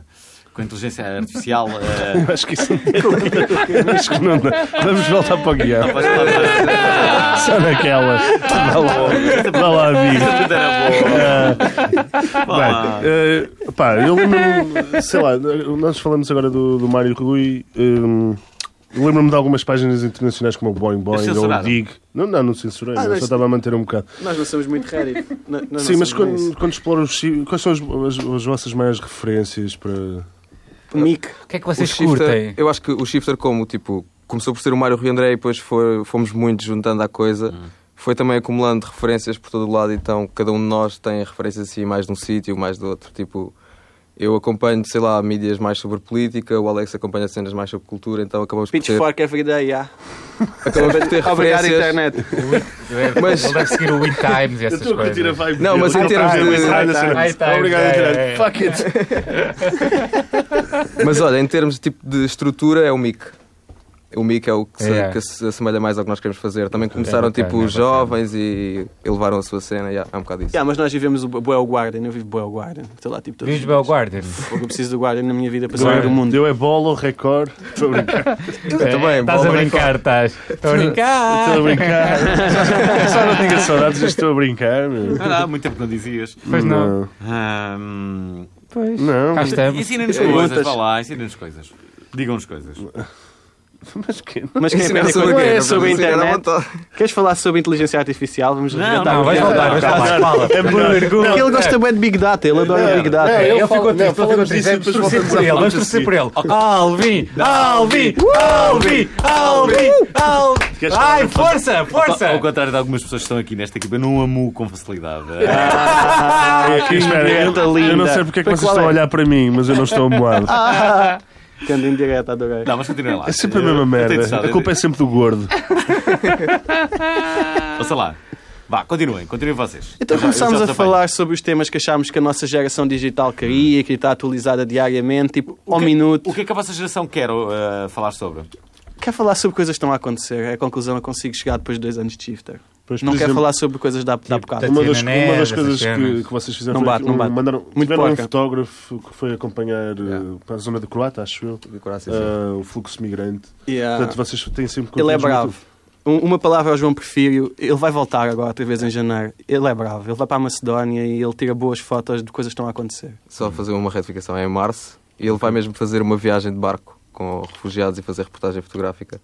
Speaker 1: com a inteligência artificial? eh,
Speaker 3: Acho que isso é Acho que não dá. Vamos voltar para o guião.
Speaker 1: vai falar para-
Speaker 3: Só naquelas. Vá lá, vá lá, amigo.
Speaker 1: Esta pergunta era boa. Vá lá.
Speaker 3: Bem, eh, pá, eu lembro-me, sei lá, nós falamos agora do, do Mário Rui. hum, Lembro-me de algumas páginas internacionais como o Boing Boing ou o
Speaker 1: censuraram.
Speaker 3: Dig. Não, não, não
Speaker 6: Ah,
Speaker 3: censurei, eu só
Speaker 5: mas-
Speaker 3: estava a manter um bocado.
Speaker 5: Nós não somos muito Reddit. N- nós não
Speaker 3: Sim, mas
Speaker 5: somos
Speaker 3: quando,
Speaker 5: isso.
Speaker 3: quando exploro os sítios, quais são as, as- as vossas maiores referências para.
Speaker 5: Mick.
Speaker 6: O que é que
Speaker 4: O
Speaker 6: vocês
Speaker 4: shifter,
Speaker 6: curtem?
Speaker 4: Eu acho que o shifter, como tipo, começou por ser o Mário Rui André e depois foi- fomos muito juntando à coisa,
Speaker 5: Hum.
Speaker 4: foi também acumulando referências por todo o lado, então cada um de nós tem referências assim mais de um sítio, mais do outro. Tipo, eu acompanho, sei lá, mídias mais sobre política, o Alex acompanha cenas mais sobre cultura, então acabamos por ter,
Speaker 5: Pitchfork é everyday, yeah.
Speaker 4: acabamos por ter
Speaker 5: Obrigado,
Speaker 4: referências.
Speaker 5: internet.
Speaker 4: Mas-
Speaker 6: Ele deve seguir o Win Times e essas coisas.
Speaker 3: vibe.
Speaker 4: Não, mas em termos de.
Speaker 6: Ai, tá,
Speaker 3: Obrigado,
Speaker 6: é,
Speaker 3: internet.
Speaker 6: é.
Speaker 3: Fuck it.
Speaker 4: Mas olha, em termos de tipo de estrutura, é o MIC. O MIC é o que se,
Speaker 6: É.
Speaker 4: que se assemelha mais ao que nós queremos fazer. Também começaram
Speaker 6: bacana,
Speaker 4: tipo
Speaker 6: é
Speaker 4: jovens e elevaram a sua cena. Yeah, é um bocado isso.
Speaker 5: Yeah, mas nós vivemos o Boel Guardian. Eu vivo Boel Guardian. Estou lá, tipo, todo.
Speaker 6: Diz Bell Guardian.
Speaker 5: Eu preciso do Guardian na minha vida
Speaker 6: tá,
Speaker 5: para
Speaker 3: Não é-
Speaker 5: saber do mundo.
Speaker 3: Eu é bola ou recorde? Estou a brincar.
Speaker 4: Eu também,
Speaker 6: Estás a
Speaker 4: bola-
Speaker 6: brincar, estás. Estou a brincar.
Speaker 3: Estou a brincar. Só não tinha saudades, eu estou a brincar. meu.
Speaker 1: Ah, há muito tempo que não dizias.
Speaker 6: Pois
Speaker 3: Hum,
Speaker 6: não.
Speaker 1: Ahm,
Speaker 6: Pois.
Speaker 3: Não.
Speaker 6: Cá estamos.
Speaker 1: Ensina-nos
Speaker 3: é,
Speaker 1: coisas, vá lá, ensina-nos coisas. Digam-nos coisas.
Speaker 3: Mas que.
Speaker 5: Mas quem
Speaker 4: Ensinar
Speaker 5: aprende
Speaker 4: sobre
Speaker 5: com-
Speaker 4: o quê?
Speaker 5: é
Speaker 4: Não
Speaker 5: sobre a
Speaker 4: podemos ensinar à
Speaker 5: internet.
Speaker 4: vontade.
Speaker 5: Queres falar sobre inteligência artificial? Vamos
Speaker 1: Não, não,
Speaker 5: resgatar o
Speaker 6: Não, É vais voltar,
Speaker 5: Guardian.
Speaker 6: vais voltar. Fala.
Speaker 5: Porque ele gosta bem de Big Data. Ele adora Big Data.
Speaker 3: não,
Speaker 6: Ele
Speaker 3: Eu falo-
Speaker 6: ficou
Speaker 3: não,
Speaker 6: triste, ele ficou
Speaker 3: falamos
Speaker 6: triste.
Speaker 3: disso e
Speaker 6: Vamos
Speaker 3: depois
Speaker 6: torcer por
Speaker 3: voltamos
Speaker 6: ele,
Speaker 3: ao
Speaker 6: vamos
Speaker 3: Manchester
Speaker 6: torcer por ele.
Speaker 1: Ok.
Speaker 6: Alvin, Alvin, Alvin, Alvin, Alvin.
Speaker 3: Queres
Speaker 6: Ai, força, força.
Speaker 1: Ao contrário de algumas pessoas que estão aqui nesta equipa, eu não amo com facilidade.
Speaker 3: É. Ah, espera, eu,
Speaker 5: linda,
Speaker 3: eu não
Speaker 5: linda.
Speaker 3: sei porque é que
Speaker 5: Para
Speaker 3: vocês
Speaker 5: qual
Speaker 3: estão a
Speaker 5: é? Ah,
Speaker 3: olhar para mim, mas eu não estou amoado.
Speaker 5: Canta em direto, adorei.
Speaker 1: Não, mas continuem lá.
Speaker 3: é sempre a
Speaker 1: Eu-
Speaker 3: mesma
Speaker 1: eu tenho de
Speaker 3: merda.
Speaker 1: saber.
Speaker 3: A culpa é sempre do gordo.
Speaker 1: Ouça lá. Vá, continuem, continuem vocês.
Speaker 5: Então
Speaker 1: Eu já- eu
Speaker 5: começámos
Speaker 1: já
Speaker 5: a
Speaker 1: os
Speaker 5: falar sobre os temas que achámos que a nossa geração digital queria, que está atualizada diariamente, tipo,
Speaker 3: um
Speaker 5: ao minuto.
Speaker 1: O que é que a vossa geração quer eh, falar sobre?
Speaker 5: Quer falar sobre coisas que estão a acontecer? É a conclusão que eu consigo chegar depois de dois anos de shifter.
Speaker 3: Pois, por
Speaker 5: Não quero
Speaker 3: exemplo,
Speaker 5: falar sobre coisas da, da bocado.
Speaker 3: Uma das,
Speaker 6: Tiananés,
Speaker 3: uma das
Speaker 6: essas
Speaker 3: coisas que,
Speaker 6: cenas.
Speaker 3: que vocês fizeram
Speaker 5: Não
Speaker 3: foi
Speaker 5: bate,
Speaker 3: que um-
Speaker 5: não bate.
Speaker 3: mandaram
Speaker 5: Muito
Speaker 3: tiveram um
Speaker 5: porca.
Speaker 3: fotógrafo que foi acompanhar eh, para a zona da Croata, acho eu,
Speaker 4: Do coração, sim.
Speaker 3: eh, o fluxo migrante.
Speaker 5: Yeah.
Speaker 3: Portanto, vocês têm sempre
Speaker 5: ah, Ele é
Speaker 3: conteúdos muito-
Speaker 5: bravo. Um- uma palavra ao João Porfírio, ele vai voltar agora outra vez em janeiro. Ele é bravo, ele vai para a Macedónia e ele tira boas fotos de coisas que estão a acontecer.
Speaker 4: Só fazer uma retificação. É em março e ele vai mesmo fazer uma viagem de barco com refugiados e fazer reportagem fotográfica.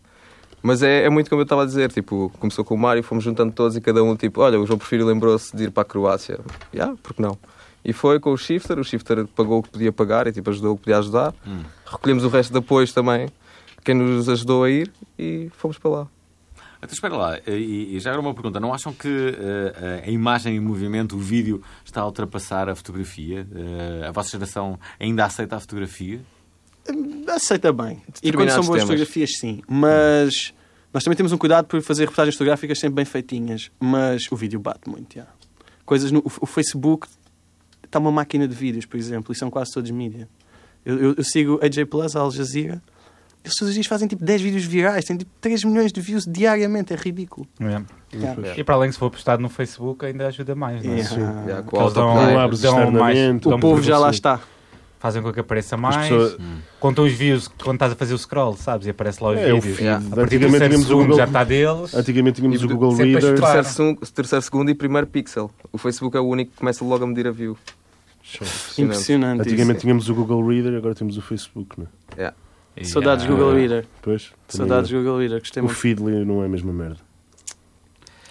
Speaker 4: Mas é, é muito como eu estava a dizer, tipo, começou com o Mário, fomos juntando todos e cada um, tipo, olha, o João Porfírio lembrou-se de ir para a Croácia. Já, porque não? E foi com o Shifter, o Shifter pagou o que podia pagar e, tipo, ajudou o que podia ajudar. Recolhemos o resto de apoios também, quem nos ajudou a ir e fomos para lá.
Speaker 1: Então, espera lá, e, e já era uma pergunta. Não acham que eh, a imagem em movimento, o vídeo, está a ultrapassar a fotografia? Eh, a vossa geração ainda aceita a fotografia?
Speaker 5: aceita bem. E quando
Speaker 4: Determinados
Speaker 5: são boas
Speaker 4: temas.
Speaker 5: fotografias, sim. Mas nós também temos um cuidado por fazer reportagens fotográficas sempre bem feitinhas. Mas o vídeo bate muito, já. Coisas no... O Facebook está uma máquina de vídeos, por exemplo, e são quase todos mídia. Eu, eu, eu sigo AJ Plus, a Al Jazeera. Eles todos os dias fazem tipo 10 vídeos virais, têm tipo 3 milhões de views diariamente, é ridículo.
Speaker 6: É. E para além que se for postado no Facebook ainda ajuda mais, não é?
Speaker 5: Yeah.
Speaker 4: Já, com
Speaker 6: Porque eles
Speaker 4: autoplay.
Speaker 6: dão,
Speaker 3: Não abres
Speaker 6: dão mais,
Speaker 3: externamente.
Speaker 6: dão assim.
Speaker 3: O
Speaker 5: O povo já lá
Speaker 3: Sim.
Speaker 5: está.
Speaker 6: fazem com que apareça mais,
Speaker 3: pessoas-
Speaker 6: contam os views quando estás a fazer o scroll, sabes? E aparece lá os
Speaker 3: É, o
Speaker 6: vídeos.
Speaker 3: feed.
Speaker 4: Yeah.
Speaker 6: A partir do
Speaker 3: Antigamente
Speaker 6: terceiro
Speaker 3: tínhamos o
Speaker 6: segundo
Speaker 3: Google,
Speaker 6: já está deles.
Speaker 3: antigamente tínhamos
Speaker 4: E
Speaker 3: o Google
Speaker 6: sempre
Speaker 3: Reader.
Speaker 6: estudar.
Speaker 4: Terceiro, seg- terceiro segundo e primeiro pixel. O Facebook é o único que começa logo a medir a view.
Speaker 5: Impressionante.
Speaker 3: Antigamente tínhamos o Google Reader, agora temos o Facebook, não é?
Speaker 4: Yeah.
Speaker 6: E,
Speaker 5: isso. Saudades
Speaker 6: ah,
Speaker 5: Google Reader.
Speaker 3: Pois. também
Speaker 5: Saudades
Speaker 3: não.
Speaker 5: Google Reader. Gostei
Speaker 3: O
Speaker 5: muito.
Speaker 3: Feedly não é a mesma merda.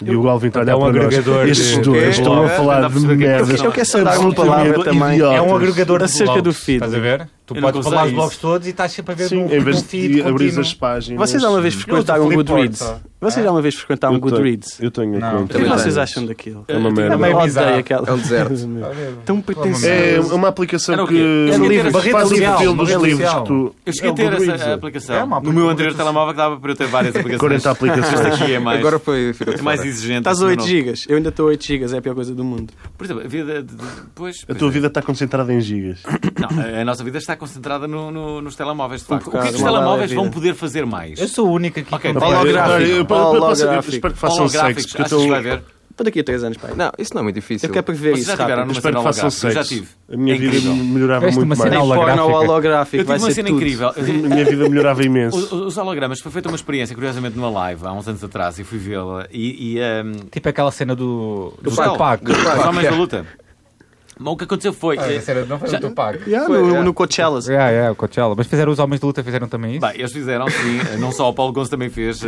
Speaker 3: E o Alvin está a olhar
Speaker 6: É um
Speaker 3: para
Speaker 6: agregador
Speaker 3: nós. Estes
Speaker 6: de-
Speaker 3: dois
Speaker 4: Ok.
Speaker 3: estão
Speaker 4: Não
Speaker 3: a
Speaker 4: dá
Speaker 1: pra
Speaker 3: falar de
Speaker 1: perceber o que é que
Speaker 3: merdas.
Speaker 1: eles
Speaker 5: Eu quero só dar
Speaker 1: um
Speaker 5: uma palavra
Speaker 3: absolutamente
Speaker 5: também.
Speaker 3: idiotas.
Speaker 6: É um agregador de
Speaker 5: Acerca
Speaker 6: blogs,
Speaker 5: do feed.
Speaker 6: Estás a ver? Tu
Speaker 1: Eu nunca
Speaker 6: podes
Speaker 1: usei
Speaker 6: falar os
Speaker 1: isso.
Speaker 6: blogs todos e estás sempre a ver
Speaker 3: Sim,
Speaker 6: num,
Speaker 3: em
Speaker 6: num
Speaker 3: vez
Speaker 6: feed
Speaker 3: de abrir
Speaker 6: contínuo.
Speaker 3: as páginas.
Speaker 5: Vocês alguma vez frequentaram um
Speaker 6: Flip
Speaker 5: Goodreads?
Speaker 6: Porta.
Speaker 5: Vocês alguma vez frequentaram um
Speaker 3: Eu tenho-
Speaker 5: Goodreads?
Speaker 3: Eu tenho a
Speaker 6: Não.
Speaker 5: O que
Speaker 4: Também
Speaker 3: conta.
Speaker 5: vocês
Speaker 4: tenho.
Speaker 5: acham daquilo?
Speaker 3: É uma
Speaker 6: É
Speaker 3: merda.
Speaker 6: meio
Speaker 5: Eu odeio
Speaker 6: bizarro.
Speaker 5: aquela.
Speaker 4: É um deserto.
Speaker 5: Tão
Speaker 3: É
Speaker 5: pretensioso.
Speaker 3: uma aplicação
Speaker 1: Era o quê?
Speaker 3: que
Speaker 1: É
Speaker 3: faz
Speaker 1: livre,
Speaker 3: o
Speaker 6: barreta
Speaker 3: perfil
Speaker 6: social,
Speaker 3: dos
Speaker 6: barreta
Speaker 3: livros
Speaker 6: social.
Speaker 3: que tu.
Speaker 1: Eu cheguei
Speaker 3: É
Speaker 1: a
Speaker 3: o
Speaker 1: ter
Speaker 3: Goodreads,
Speaker 1: essa
Speaker 3: é.
Speaker 1: aplicação.
Speaker 6: É uma
Speaker 1: no meu anterior
Speaker 6: aplicação.
Speaker 1: telemóvel que dava para eu ter várias aplicações.
Speaker 3: 40 aplicações.
Speaker 1: Este aqui é mais,
Speaker 4: Agora foi. virou
Speaker 1: é mais
Speaker 4: fora.
Speaker 1: exigente.
Speaker 5: Estás a
Speaker 1: assim,
Speaker 5: 8
Speaker 1: não-
Speaker 5: Tá gigas. Eu ainda estou a 8 gigas, é a pior coisa do mundo.
Speaker 1: Por exemplo, a vida. de- de- Pois,
Speaker 3: A tua vida está concentrada em gigas.
Speaker 1: Não, a- a nossa vida está concentrada no- no- nos telemóveis, de facto. O que é que os
Speaker 5: bocado, uma
Speaker 1: telemóveis
Speaker 5: vida.
Speaker 1: vão poder fazer mais?
Speaker 6: Eu sou o único aqui
Speaker 1: Ok,
Speaker 6: que
Speaker 1: fala
Speaker 6: comprei.
Speaker 1: gráfico.
Speaker 3: Olha, eu- eu- eu-
Speaker 5: Holográfico.
Speaker 3: eu- eu Espero que façam
Speaker 1: Holográficos,
Speaker 3: sexo. porque eu
Speaker 1: achas que
Speaker 3: estou-
Speaker 1: vai ver?
Speaker 5: Para daqui a 3 anos, pai.
Speaker 4: Não, isso não é muito difícil.
Speaker 5: Eu quero prever
Speaker 1: Vocês
Speaker 5: isso
Speaker 1: já tiveram
Speaker 5: rápido.
Speaker 1: numa
Speaker 3: Ah, Espero
Speaker 1: cena
Speaker 3: que
Speaker 1: holográfica.
Speaker 3: façam
Speaker 1: Eu já
Speaker 3: sexo.
Speaker 1: tive.
Speaker 3: A minha
Speaker 1: É
Speaker 3: vida
Speaker 1: incrível.
Speaker 3: melhorava
Speaker 6: Veste
Speaker 3: muito
Speaker 6: uma
Speaker 3: mais.
Speaker 6: cena
Speaker 5: Nem porno ou
Speaker 1: Eu
Speaker 6: holográfica.
Speaker 5: holográfico,
Speaker 1: tive
Speaker 5: vai
Speaker 1: uma
Speaker 5: ser
Speaker 1: cena
Speaker 5: tudo.
Speaker 1: incrível.
Speaker 3: A minha vida melhorava
Speaker 1: Os,
Speaker 3: imenso.
Speaker 1: os hologramas, foi feita uma experiência, curiosamente, numa live há uns anos atrás e fui vê-la. E, ehm, e, ahm,
Speaker 6: Tipo aquela cena do, do,
Speaker 1: Tupac.
Speaker 6: Tupac.
Speaker 1: os homens da luta. Mas o que aconteceu foi.
Speaker 6: Ah,
Speaker 1: eh,
Speaker 6: a cena não foi do Tupac.
Speaker 5: Yeah,
Speaker 4: Foi,
Speaker 5: no,
Speaker 4: yeah.
Speaker 5: no Coachella.
Speaker 6: Yeah, yeah, o Coachella. Mas fizeram os homens de luta, fizeram também isso?
Speaker 1: Bem, eles fizeram, sim. eh, Não só o Paulo Gonçalves também fez. eh,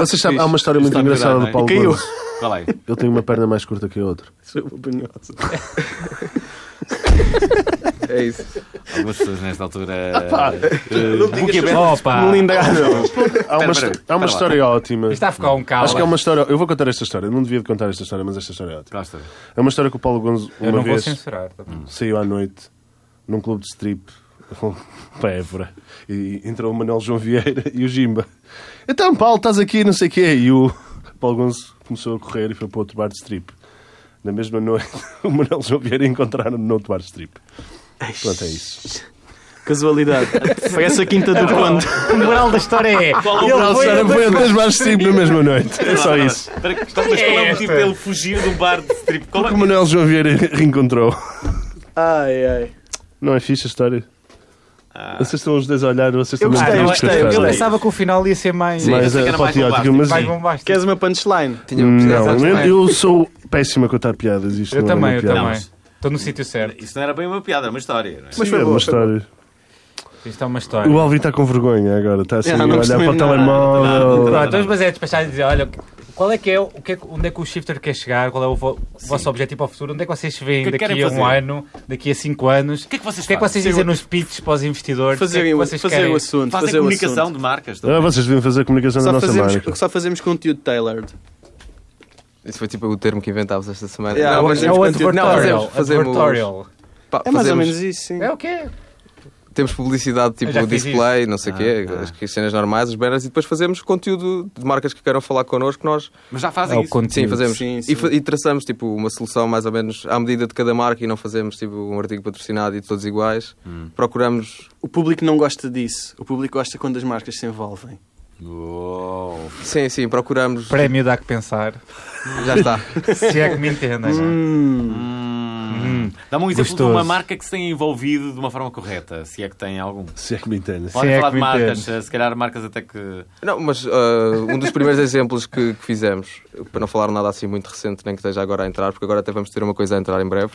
Speaker 3: Vocês sabem, Ah, há uma história muito
Speaker 1: Está
Speaker 3: engraçada
Speaker 1: melhorado,
Speaker 3: do Paulo
Speaker 5: não é? E caiu.
Speaker 3: Gomes.
Speaker 1: Qual é?
Speaker 3: Ele tem uma perna mais curta que a outra.
Speaker 5: Sou opinioso.
Speaker 4: É isso.
Speaker 1: Algumas pessoas nesta
Speaker 3: Ah,
Speaker 1: altura. eh, Não
Speaker 6: Opa!
Speaker 5: Melindrado.
Speaker 3: Há uma,
Speaker 1: Espera, espera,
Speaker 3: histó- há uma
Speaker 1: espera lá.
Speaker 3: história ótima.
Speaker 6: Está a ficar um calo.
Speaker 3: Acho que é uma história. Eu vou contar esta história. Não devia de contar esta história, mas esta história é ótima.
Speaker 1: Gosta.
Speaker 3: É uma história que o Paulo Gonzo
Speaker 6: Eu
Speaker 3: uma
Speaker 6: não vou
Speaker 3: vez
Speaker 6: censurar.
Speaker 3: saiu à noite num clube de strip para Évora e entrou o Manuel João Vieira e o Jimba. Então, Paulo, estás aqui, não sei o quê. E o Paulo Gonzo começou a correr e foi para outro bar de strip. Na mesma noite, o Manuel João Vieira encontraram no outro bar de strip. Pronto, é isso.
Speaker 5: Casualidade. Foi essa quinta do ponto.
Speaker 6: O moral da história é.
Speaker 3: Ele foi a dois bares de strip na mesma noite. É só isso.
Speaker 1: Espera, mas qual é o motivo dele fugir de um bar de strip? Qual é?
Speaker 3: O Manuel João Vieira reencontrou.
Speaker 5: Ai, ai.
Speaker 3: Não é fixe a história?
Speaker 1: Ah.
Speaker 3: Vocês estão os dois a olhar, vocês
Speaker 5: Eu
Speaker 3: também
Speaker 5: gostei,
Speaker 3: têm
Speaker 5: eu
Speaker 3: umas
Speaker 5: gostei, eu
Speaker 6: Eu
Speaker 3: coisas a
Speaker 5: gostei.
Speaker 3: dizer.
Speaker 6: pensava que o final ia ser mais.
Speaker 3: Mas
Speaker 1: Sim,
Speaker 3: é
Speaker 1: era mais um
Speaker 3: patriótica,
Speaker 1: bombástico.
Speaker 3: mas
Speaker 6: mais
Speaker 3: sim.
Speaker 6: bombástico.
Speaker 5: Queres uma punchline?
Speaker 3: um
Speaker 4: Tinha
Speaker 3: Não,
Speaker 4: precisava-
Speaker 3: eu, eu sou péssimo a contar piadas. Isto
Speaker 6: Eu
Speaker 3: não é uma
Speaker 6: também, eu
Speaker 3: piada.
Speaker 6: também. Estou no sítio certo.
Speaker 1: Isso não era bem uma piada, era uma história. Não é?
Speaker 5: Mas foi
Speaker 3: Sim, é
Speaker 5: boa,
Speaker 3: uma
Speaker 5: foi boa.
Speaker 3: história.
Speaker 6: Isto é uma história.
Speaker 3: O Alvin está com vergonha agora, está assim
Speaker 5: Ah,
Speaker 3: a
Speaker 5: não
Speaker 3: olhar
Speaker 5: percebi
Speaker 3: para o
Speaker 5: nada.
Speaker 3: telemóvel.
Speaker 6: Pronto, vamos mas é despachar e dizer: olha, qual é que é, o que é que- onde é que o shifter quer chegar? Qual é o vo- vosso objetivo para o futuro? Onde é que vocês se
Speaker 1: O
Speaker 6: veem
Speaker 1: que é que
Speaker 6: daqui
Speaker 1: querem
Speaker 6: a um
Speaker 1: fazer?
Speaker 6: ano, daqui a cinco anos? O
Speaker 1: que é que vocês
Speaker 6: é que vocês
Speaker 1: fazem?
Speaker 6: dizem nos pitches para os investidores? O que é
Speaker 5: Fazer,
Speaker 6: que
Speaker 5: o-
Speaker 6: vocês
Speaker 5: fazer
Speaker 6: querem?
Speaker 5: o assunto.
Speaker 1: Fazem
Speaker 5: fazer o
Speaker 1: comunicação
Speaker 5: assunto.
Speaker 1: de marcas.
Speaker 3: Ah,
Speaker 1: também.
Speaker 3: vocês deviam fazer comunicação da
Speaker 5: Só
Speaker 3: nossa marca.
Speaker 5: fazemos, só fazemos conteúdo tailored.
Speaker 4: Isso foi tipo o termo que inventávamos esta semana.
Speaker 5: Yeah,
Speaker 4: não,
Speaker 5: é
Speaker 4: mas
Speaker 6: É
Speaker 4: temos
Speaker 6: o
Speaker 4: conteúdo- não,
Speaker 6: advertorial.
Speaker 4: fazemos- fazemos-
Speaker 6: advertorial.
Speaker 4: pá,
Speaker 5: É mais ou
Speaker 4: fazemos-
Speaker 5: menos isso, sim.
Speaker 6: É o quê?
Speaker 4: Temos publicidade tipo
Speaker 6: Eu já fiz
Speaker 4: display, não sei o quê, as as cenas normais, os banners, e depois fazemos conteúdo de marcas que queiram falar connosco. Nós
Speaker 1: Mas já
Speaker 6: É
Speaker 1: fazem
Speaker 6: o
Speaker 1: isso.
Speaker 4: Sim,
Speaker 6: conteúdo.
Speaker 4: fazemos.
Speaker 5: Sim,
Speaker 4: E, fa-
Speaker 5: sim.
Speaker 4: e traçamos tipo, uma solução mais ou menos à medida de cada marca e não fazemos tipo, um artigo patrocinado e todos iguais. Procuramos.
Speaker 5: O público não gosta disso. O público gosta quando as marcas se envolvem.
Speaker 1: Uou.
Speaker 4: Sim, sim, procuramos.
Speaker 6: Prémio dá que pensar.
Speaker 4: Já está.
Speaker 6: Se é que me entendem. não é?
Speaker 1: Hum. Dá-me um exemplo
Speaker 6: Gostoso.
Speaker 1: de uma marca que se tenha envolvido de uma forma correta, se é que tem algum.
Speaker 3: Se é que me entendem.
Speaker 1: Podem
Speaker 6: é
Speaker 1: falar
Speaker 6: que
Speaker 1: de
Speaker 6: me
Speaker 1: marcas,
Speaker 6: entendo.
Speaker 1: eh, se calhar marcas até que.
Speaker 4: Não, mas ah, um dos primeiros exemplos que, que fizemos, para não falar nada assim muito recente, nem que esteja agora a entrar, porque agora até vamos ter uma coisa a entrar em breve.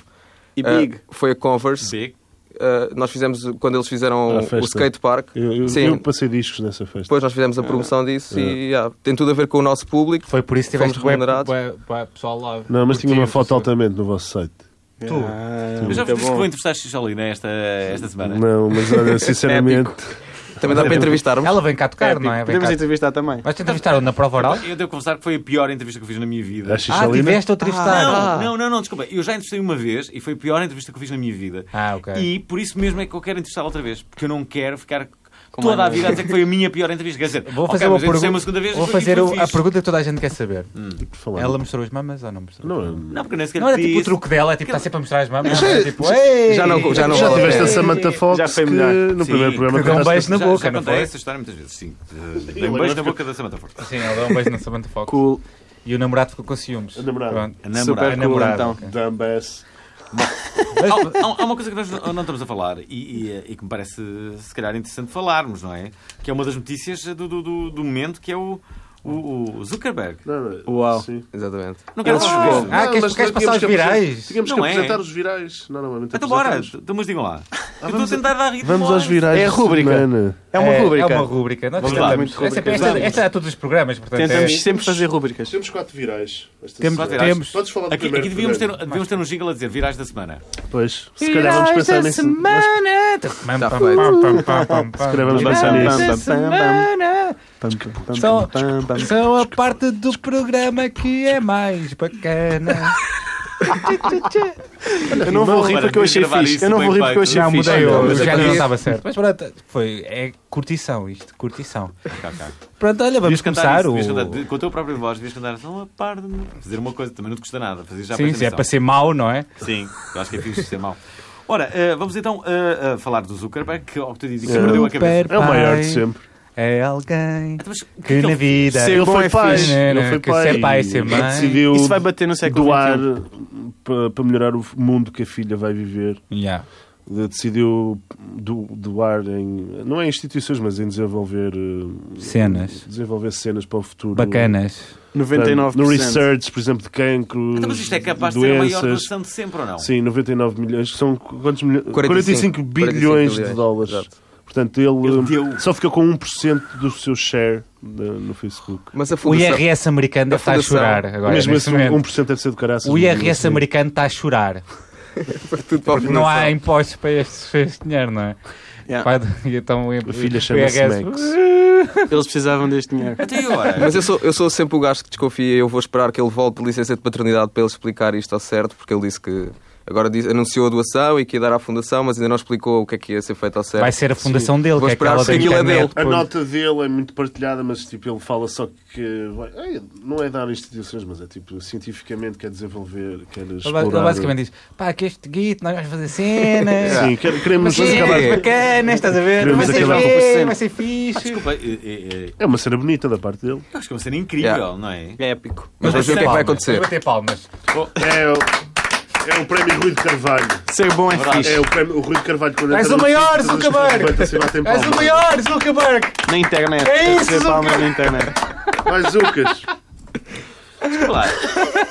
Speaker 5: E
Speaker 4: ah,
Speaker 5: Big.
Speaker 4: foi a Converse.
Speaker 1: Big.
Speaker 4: Ah, nós fizemos, quando eles fizeram
Speaker 3: À festa.
Speaker 4: o skate park,
Speaker 3: Eu, eu-
Speaker 4: sim,
Speaker 3: eu passei discos nessa festa.
Speaker 4: depois nós fizemos a promoção disso e ah, tem tudo a ver com o nosso público.
Speaker 6: Foi por isso que
Speaker 4: Fomos
Speaker 6: tiveste bué-
Speaker 4: remunerados.
Speaker 6: bué- bué pessoal lá.
Speaker 3: Não, mas tinha uma
Speaker 6: curtir,
Speaker 3: foto
Speaker 6: não sei.
Speaker 3: altamente no vosso site.
Speaker 5: Tu.
Speaker 1: Eu já vos disse
Speaker 5: Ah, muito
Speaker 1: que vou
Speaker 5: bom.
Speaker 1: entrevistar Xixolina esta, esta semana.
Speaker 3: Não, mas olha, sinceramente,
Speaker 4: Também dá para entrevistarmos.
Speaker 6: Ela vem cá tocar, não é? Vem
Speaker 5: tipo, Podemos
Speaker 6: cá...
Speaker 5: entrevistar também.
Speaker 6: Vais te entrevistar onde? na prova oral?
Speaker 1: Eu devo confessar que foi a pior entrevista que eu fiz na minha vida.
Speaker 3: A
Speaker 6: Ah,
Speaker 3: Xixalina.
Speaker 6: tiveste outra entrevistar.
Speaker 1: Ah,
Speaker 5: Ah.
Speaker 1: Não, não, não, não, desculpa. Eu já entrevistei uma vez e foi a pior entrevista que eu fiz na minha vida.
Speaker 6: Ah, ok.
Speaker 1: E por isso mesmo é que eu quero entrevistar outra vez. Porque eu não quero ficar
Speaker 4: mais
Speaker 1: toda a
Speaker 4: nada.
Speaker 1: vida a dizer que foi a minha pior entrevista. Quer dizer,
Speaker 6: é Vou
Speaker 1: ok, mas eu
Speaker 6: fazer, uma
Speaker 1: entrevistei uma
Speaker 6: pergunta.
Speaker 1: segunda vez
Speaker 6: Vou
Speaker 1: e foi-
Speaker 6: fazer
Speaker 1: e foi
Speaker 6: o- a
Speaker 1: fixe.
Speaker 6: pergunta que toda a gente quer saber.
Speaker 3: Falando.
Speaker 6: Ela mostrou as mamas ou não mostrou?
Speaker 3: Não, eu-
Speaker 1: Não, porque nem sequer
Speaker 6: Não era
Speaker 1: disse.
Speaker 6: tipo o truque dela, é tipo, está sempre a mostrar as mamas. é tipo,
Speaker 4: Já não, já não
Speaker 3: Já
Speaker 4: vale a
Speaker 3: tiveste a
Speaker 4: pena.
Speaker 3: Samantha Fox
Speaker 2: Já foi
Speaker 3: que
Speaker 2: melhor.
Speaker 3: no
Speaker 1: Sim.
Speaker 3: primeiro
Speaker 6: Que
Speaker 3: programa
Speaker 6: deu um
Speaker 3: contaste-
Speaker 6: beijo na
Speaker 1: Já-
Speaker 6: boca,
Speaker 1: já
Speaker 6: não
Speaker 1: contei
Speaker 6: foi?
Speaker 1: essa história muitas vezes, sim. Eh, Dei um beijo na boca da Samantha Fox.
Speaker 6: Sim, ela deu um beijo na Samantha Fox.
Speaker 5: Cool.
Speaker 6: E o namorado ficou com ciúmes.
Speaker 3: A namorada.
Speaker 6: Pronto.
Speaker 1: A namorada.
Speaker 6: A namorada.
Speaker 5: então.
Speaker 3: um Dumbass.
Speaker 1: Há, há- há uma coisa que nós não não estamos a falar e, e- e que me parece, se calhar, interessante falarmos, não é? Que é uma das notícias do, do- do- do momento, que é o, o- o Zuckerberg.
Speaker 3: Não, não,
Speaker 5: Uau.
Speaker 3: sim.
Speaker 4: Exatamente.
Speaker 1: Não quero
Speaker 3: Esses
Speaker 1: falar.
Speaker 3: gozos.
Speaker 6: Ah,
Speaker 3: Não,
Speaker 6: queres-
Speaker 3: mas
Speaker 6: queres
Speaker 3: não,
Speaker 6: passar os
Speaker 3: tínhamos que apre-
Speaker 6: virais?
Speaker 3: Tínhamos que
Speaker 1: Não é.
Speaker 3: apresentar os virais. Não, não, não, não
Speaker 1: Então bora,
Speaker 3: apresentamos.
Speaker 1: então, mas digam lá.
Speaker 5: Ah,
Speaker 1: Eu estou a
Speaker 3: vamos a-
Speaker 1: tentar dar ritmo.
Speaker 3: Vamos
Speaker 1: lá.
Speaker 3: aos virais.
Speaker 5: É a
Speaker 3: da
Speaker 5: rúbrica.
Speaker 3: semana.
Speaker 5: É uma
Speaker 6: É
Speaker 5: rúbrica.
Speaker 6: uma rúbrica. Nós
Speaker 1: Vamos
Speaker 6: tentamos-
Speaker 1: lá.
Speaker 5: Muito
Speaker 6: Esta,
Speaker 5: rúbricas.
Speaker 6: esta, esta é a todos os programas, portanto.
Speaker 5: Tentamos
Speaker 6: é-
Speaker 5: sempre fazer rúbricas.
Speaker 3: Temos quatro virais. esta
Speaker 1: Temos-
Speaker 3: semana.
Speaker 1: Temos.
Speaker 3: Podes falar do
Speaker 1: Aqui,
Speaker 3: primeiro
Speaker 1: aqui devíamos, ter,
Speaker 3: programa.
Speaker 1: devíamos ter um jingle a dizer virais da semana.
Speaker 3: Pois, se calhar vamos
Speaker 6: Virais da
Speaker 3: pensar nisso.
Speaker 6: semana.
Speaker 4: Tá feito.
Speaker 6: Se
Speaker 3: calhar vamos pensar
Speaker 6: da
Speaker 5: nisso.
Speaker 6: semana.
Speaker 5: Pam, pam, pam,
Speaker 6: São-
Speaker 5: pam, pam.
Speaker 6: São a parte do programa que é mais bacana.
Speaker 5: Eu não vou rir
Speaker 1: Para
Speaker 5: porque eu achei
Speaker 1: gravar
Speaker 5: fixe.
Speaker 1: isso
Speaker 5: Eu não
Speaker 1: bem
Speaker 5: vou rir
Speaker 1: feito.
Speaker 5: porque eu achei
Speaker 6: Já
Speaker 5: fixe.
Speaker 6: mudei,
Speaker 5: Não,
Speaker 6: eu
Speaker 5: mas
Speaker 6: já
Speaker 5: agora-
Speaker 6: não estava certo. é Mas pronto, foi. É curtição isto, curtição.
Speaker 1: Cá, cá.
Speaker 6: Pronto, olha, vamos
Speaker 1: Devias cantar
Speaker 6: começar
Speaker 1: isso,
Speaker 6: o.
Speaker 1: devias cantar, de- com a tua própria voz, devias cantar só a par de mim. Fazer uma coisa, também não te custa nada. Fazer já
Speaker 6: Sim, se é
Speaker 1: apresentação.
Speaker 6: para ser mau, não é?
Speaker 1: Sim, eu acho que é fixe ser mau. Ora, eh, vamos então eh, eh, falar do Zuckerberg, que ao que tu dizes, que
Speaker 3: Sim.
Speaker 1: perdeu a cabeça.
Speaker 3: É o maior de sempre.
Speaker 6: É alguém
Speaker 1: Então, mas o que é
Speaker 6: que
Speaker 1: que
Speaker 6: na
Speaker 1: ele
Speaker 6: vida.
Speaker 5: Ser
Speaker 3: ele
Speaker 5: bom
Speaker 3: foi
Speaker 5: é
Speaker 3: pai.
Speaker 6: fixe, né,
Speaker 3: ele
Speaker 6: né,
Speaker 3: foi
Speaker 6: que
Speaker 3: pai.
Speaker 6: ser pai, ser
Speaker 3: e
Speaker 6: mãe.
Speaker 3: decidiu
Speaker 5: Isso vai bater no século um.
Speaker 3: doar
Speaker 5: XXI.
Speaker 3: pa- para melhorar o mundo que a filha vai viver.
Speaker 6: Yeah.
Speaker 3: Ele Decidiu do- doar em. Não é em instituições, mas em desenvolver. eh,
Speaker 6: Cenas.
Speaker 3: Desenvolver cenas para o futuro.
Speaker 6: Bacanas.
Speaker 3: Portanto,
Speaker 5: 99%.
Speaker 3: No research, por exemplo, de cancro.
Speaker 1: Então, mas isto é capaz de ser a
Speaker 3: doenças.
Speaker 1: maior doação de sempre ou
Speaker 6: Então.
Speaker 1: não?
Speaker 3: Sim, 99 milhões. que São quantos milhões? 45,
Speaker 4: 45
Speaker 3: bilhões de
Speaker 4: bilhões,
Speaker 3: dólares.
Speaker 4: exato.
Speaker 3: Portanto, ele,
Speaker 1: Ele
Speaker 3: hum,
Speaker 1: deu.
Speaker 3: só ficou com 1% do seu share da- no Facebook.
Speaker 4: Mas a
Speaker 6: O
Speaker 4: fundação...
Speaker 6: IRS americano
Speaker 4: A
Speaker 6: está a
Speaker 4: fundação-
Speaker 6: chorar agora.
Speaker 3: Mesmo
Speaker 6: neste
Speaker 3: esse
Speaker 6: momento.
Speaker 3: 1% deve ser do caraças.
Speaker 6: O IRS
Speaker 3: americano.
Speaker 6: americano está a chorar.
Speaker 4: Tudo para a
Speaker 6: Não
Speaker 4: fundação. tipo,
Speaker 6: há impostos para este, para este dinheiro, não é?
Speaker 5: Yeah.
Speaker 6: Vai- e então o
Speaker 3: A filha chama-se Max.
Speaker 5: Eles precisavam deste dinheiro.
Speaker 1: Até agora.
Speaker 4: Mas eu sou, eu sou sempre o gajo que desconfia. Eu vou esperar que ele volte de licença de paternidade para ele explicar isto ao certo, porque ele disse que. Agora disse- anunciou a doação e que ia dar à fundação, mas ainda não explicou o que é que ia ser feito ao certo.
Speaker 6: Vai ser a fundação dele,
Speaker 4: Vou
Speaker 6: que é
Speaker 4: esperar
Speaker 6: aquela
Speaker 4: se
Speaker 6: da
Speaker 4: aquilo é
Speaker 6: internet.
Speaker 4: dele.
Speaker 3: A
Speaker 6: Pois.
Speaker 3: nota dele é muito partilhada, mas tipo, ele fala só que vai- Ai, não é dar instituições, mas é tipo cientificamente quer desenvolver, quer
Speaker 6: Ele ba-
Speaker 3: explorar.
Speaker 6: ele basicamente diz: pá, que este guito, nós vamos fazer cenas.
Speaker 3: Sim, quer- queremos
Speaker 6: Mas é
Speaker 3: acabar.
Speaker 6: bacanas, estás a ver?
Speaker 3: Queremos
Speaker 6: Vai ser
Speaker 3: acabar com
Speaker 6: gay,
Speaker 5: cena.
Speaker 6: vai ser fixe.
Speaker 1: Desculpa, eh, eh, eh,
Speaker 3: É uma cena bonita da parte dele.
Speaker 1: acho que é uma cena incrível,
Speaker 4: Yeah.
Speaker 1: não é?
Speaker 5: É épico.
Speaker 4: Mas vamos ver o que é que
Speaker 6: Palmas,
Speaker 4: vai acontecer.
Speaker 6: vamos bater palmas.
Speaker 3: É, o- é o prémio Rui de Carvalho.
Speaker 5: Ser bom é fixe.
Speaker 3: É o, prémio, o Rui de Carvalho quando
Speaker 6: És
Speaker 3: entra
Speaker 6: o
Speaker 3: no-
Speaker 6: maior,
Speaker 3: todas as
Speaker 6: Zuckerberg!
Speaker 3: pessoas levantam-se e batem
Speaker 6: És o
Speaker 3: palmas.
Speaker 6: maior, Zuckerberg!
Speaker 5: Na internet.
Speaker 6: É
Speaker 5: Tem que
Speaker 6: isso,
Speaker 5: ser
Speaker 6: Zucca.
Speaker 5: palmas na internet.
Speaker 3: Vai, Zucas!
Speaker 1: Claro.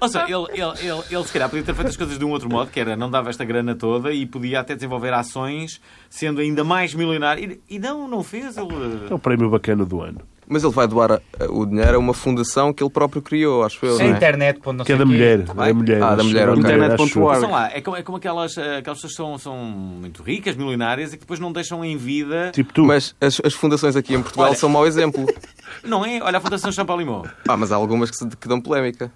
Speaker 1: Ou seja, ele, ele, ele, ele se calhar podia ter feito as coisas de um outro modo, que era não dava esta grana toda e podia até desenvolver ações, sendo ainda mais milionário. E, e não, não fez. Ele...
Speaker 3: É o prémio bacana do ano.
Speaker 4: Mas ele vai doar eh, o dinheiro a uma fundação que ele próprio criou, acho eu.
Speaker 6: É
Speaker 4: não é?
Speaker 6: internet, ponto, não
Speaker 3: Que
Speaker 6: sei
Speaker 3: é da
Speaker 6: quê.
Speaker 3: mulher.
Speaker 1: Vai.
Speaker 3: É mulher.
Speaker 4: Ah, da
Speaker 3: acho-
Speaker 4: mulher, ok.
Speaker 3: acho-
Speaker 5: Internet.org.
Speaker 1: São lá, é como, é como aquelas, eh, aquelas pessoas que são, são muito ricas, milionárias e que depois não deixam em vida.
Speaker 3: Tipo tu.
Speaker 4: Mas as, as fundações aqui em Portugal
Speaker 1: Olha.
Speaker 4: são mau exemplo.
Speaker 1: Não é? Olha a Fundação Champalimau.
Speaker 4: Ah, mas há algumas que, se- que dão polémica.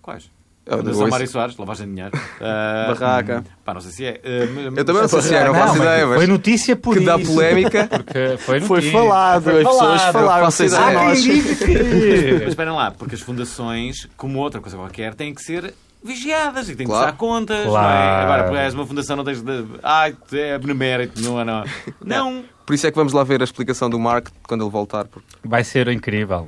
Speaker 1: Quais?
Speaker 4: Eu,
Speaker 1: Fundação Mário Soares, lavagem de dinheiro. Ah,
Speaker 5: Barraca.
Speaker 1: Pá, não sei se é. Ah, mas-
Speaker 4: eu também não sei se é,
Speaker 6: Não,
Speaker 4: não faço
Speaker 6: mas
Speaker 4: ideia,
Speaker 6: Foi
Speaker 4: mas
Speaker 6: notícia por
Speaker 4: que
Speaker 6: isso.
Speaker 4: dá polémica.
Speaker 6: Porque foi
Speaker 5: Foi
Speaker 6: notícia.
Speaker 5: falado, Ah,
Speaker 6: Foi
Speaker 5: as pessoas
Speaker 6: falado.
Speaker 5: falaram.
Speaker 4: faço
Speaker 5: sem ser
Speaker 6: Ah,
Speaker 4: ideia.
Speaker 5: nós.
Speaker 1: Mas esperem lá, porque as fundações, como outra coisa qualquer, têm que ser vigiadas e têm
Speaker 4: Claro.
Speaker 1: que prestar contas.
Speaker 6: Claro.
Speaker 1: não é? Agora, porque és uma fundação, não tens de. Ai, é benemérito, não é? Não. não.
Speaker 4: Por isso é que vamos lá ver a explicação do Mark quando ele voltar. Porque...
Speaker 6: Vai ser incrível.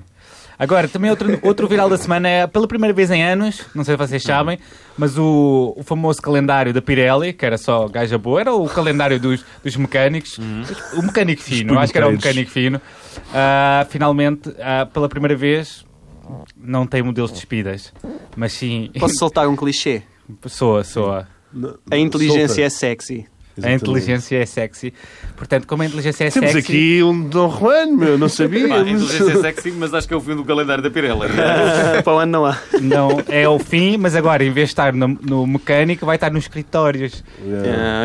Speaker 6: Agora, também outro, outro viral da semana é, pela primeira vez em anos, não sei se vocês sabem, mas o, o famoso calendário da Pirelli, que era só gaja boa, era o calendário dos, dos mecânicos,
Speaker 3: Uhum.
Speaker 6: o mecânico fino, acho que era o mecânico fino. Ah, finalmente, ah, pela primeira vez, não tem modelos de despidas, mas sim,
Speaker 5: Posso soltar um clichê?
Speaker 6: soa, soa.
Speaker 5: A inteligência é sexy.
Speaker 6: A
Speaker 3: Exatamente.
Speaker 6: inteligência é sexy. Portanto, como a inteligência é
Speaker 3: Temos
Speaker 6: sexy...
Speaker 3: aqui um Dom Juan, meu, não sabia.
Speaker 1: Pá, inteligência é sexy, mas acho que é o fim do calendário da Pirela.
Speaker 5: Para o ano não há.
Speaker 6: Não, é o fim, mas agora, em vez de estar no, no mecânico, vai estar nos escritórios.
Speaker 5: Ah,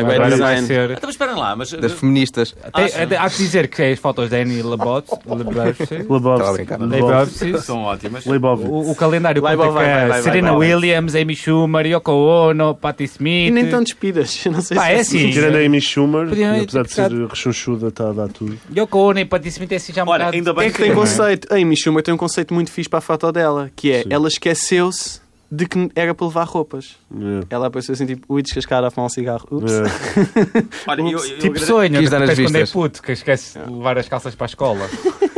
Speaker 6: Agora
Speaker 5: Agora
Speaker 6: É, vai
Speaker 5: design.
Speaker 6: ser...
Speaker 1: Então, mas esperem lá, mas...
Speaker 4: das feministas.
Speaker 1: Ah,
Speaker 6: Tem- é há que dizer que as fotos da Annie Labot, Lebowski,
Speaker 3: Lebowski.
Speaker 6: Lebowski,
Speaker 1: São ótimas.
Speaker 3: Lebowski.
Speaker 6: o, o calendário
Speaker 5: Vai,
Speaker 6: conta
Speaker 5: vai,
Speaker 6: com a
Speaker 5: vai, vai,
Speaker 6: Serena
Speaker 5: vai, vai.
Speaker 6: Williams, Amy Schumer, Yoko Ono, Patti Smith.
Speaker 5: E nem tão despidas. Eu Não sei
Speaker 6: Pá,
Speaker 5: se
Speaker 6: é assim.
Speaker 3: Tirando a Amy Schumer,
Speaker 6: Podiam
Speaker 3: que
Speaker 6: ter
Speaker 3: apesar de ser rechonchuda, está a dar tudo.
Speaker 6: Yoko Ono e Patti Smith é assim já um
Speaker 1: Olha,
Speaker 6: bocado-
Speaker 1: ainda bem
Speaker 5: É que tem conceito. A Amy Schumer tem um conceito muito fixe para a foto dela, que é ela esqueceu-se de que era para levar roupas.
Speaker 3: É.
Speaker 5: Ela apareceu assim, tipo, ui, descascada a fumar um cigarro. Ups.
Speaker 3: É.
Speaker 1: Olha, eu, eu,
Speaker 6: Tipo
Speaker 1: agrade-
Speaker 6: sonho,
Speaker 4: Quis dar nas
Speaker 6: depois quando é
Speaker 4: vistas.
Speaker 6: puto, que esquece de levar as calças para a escola.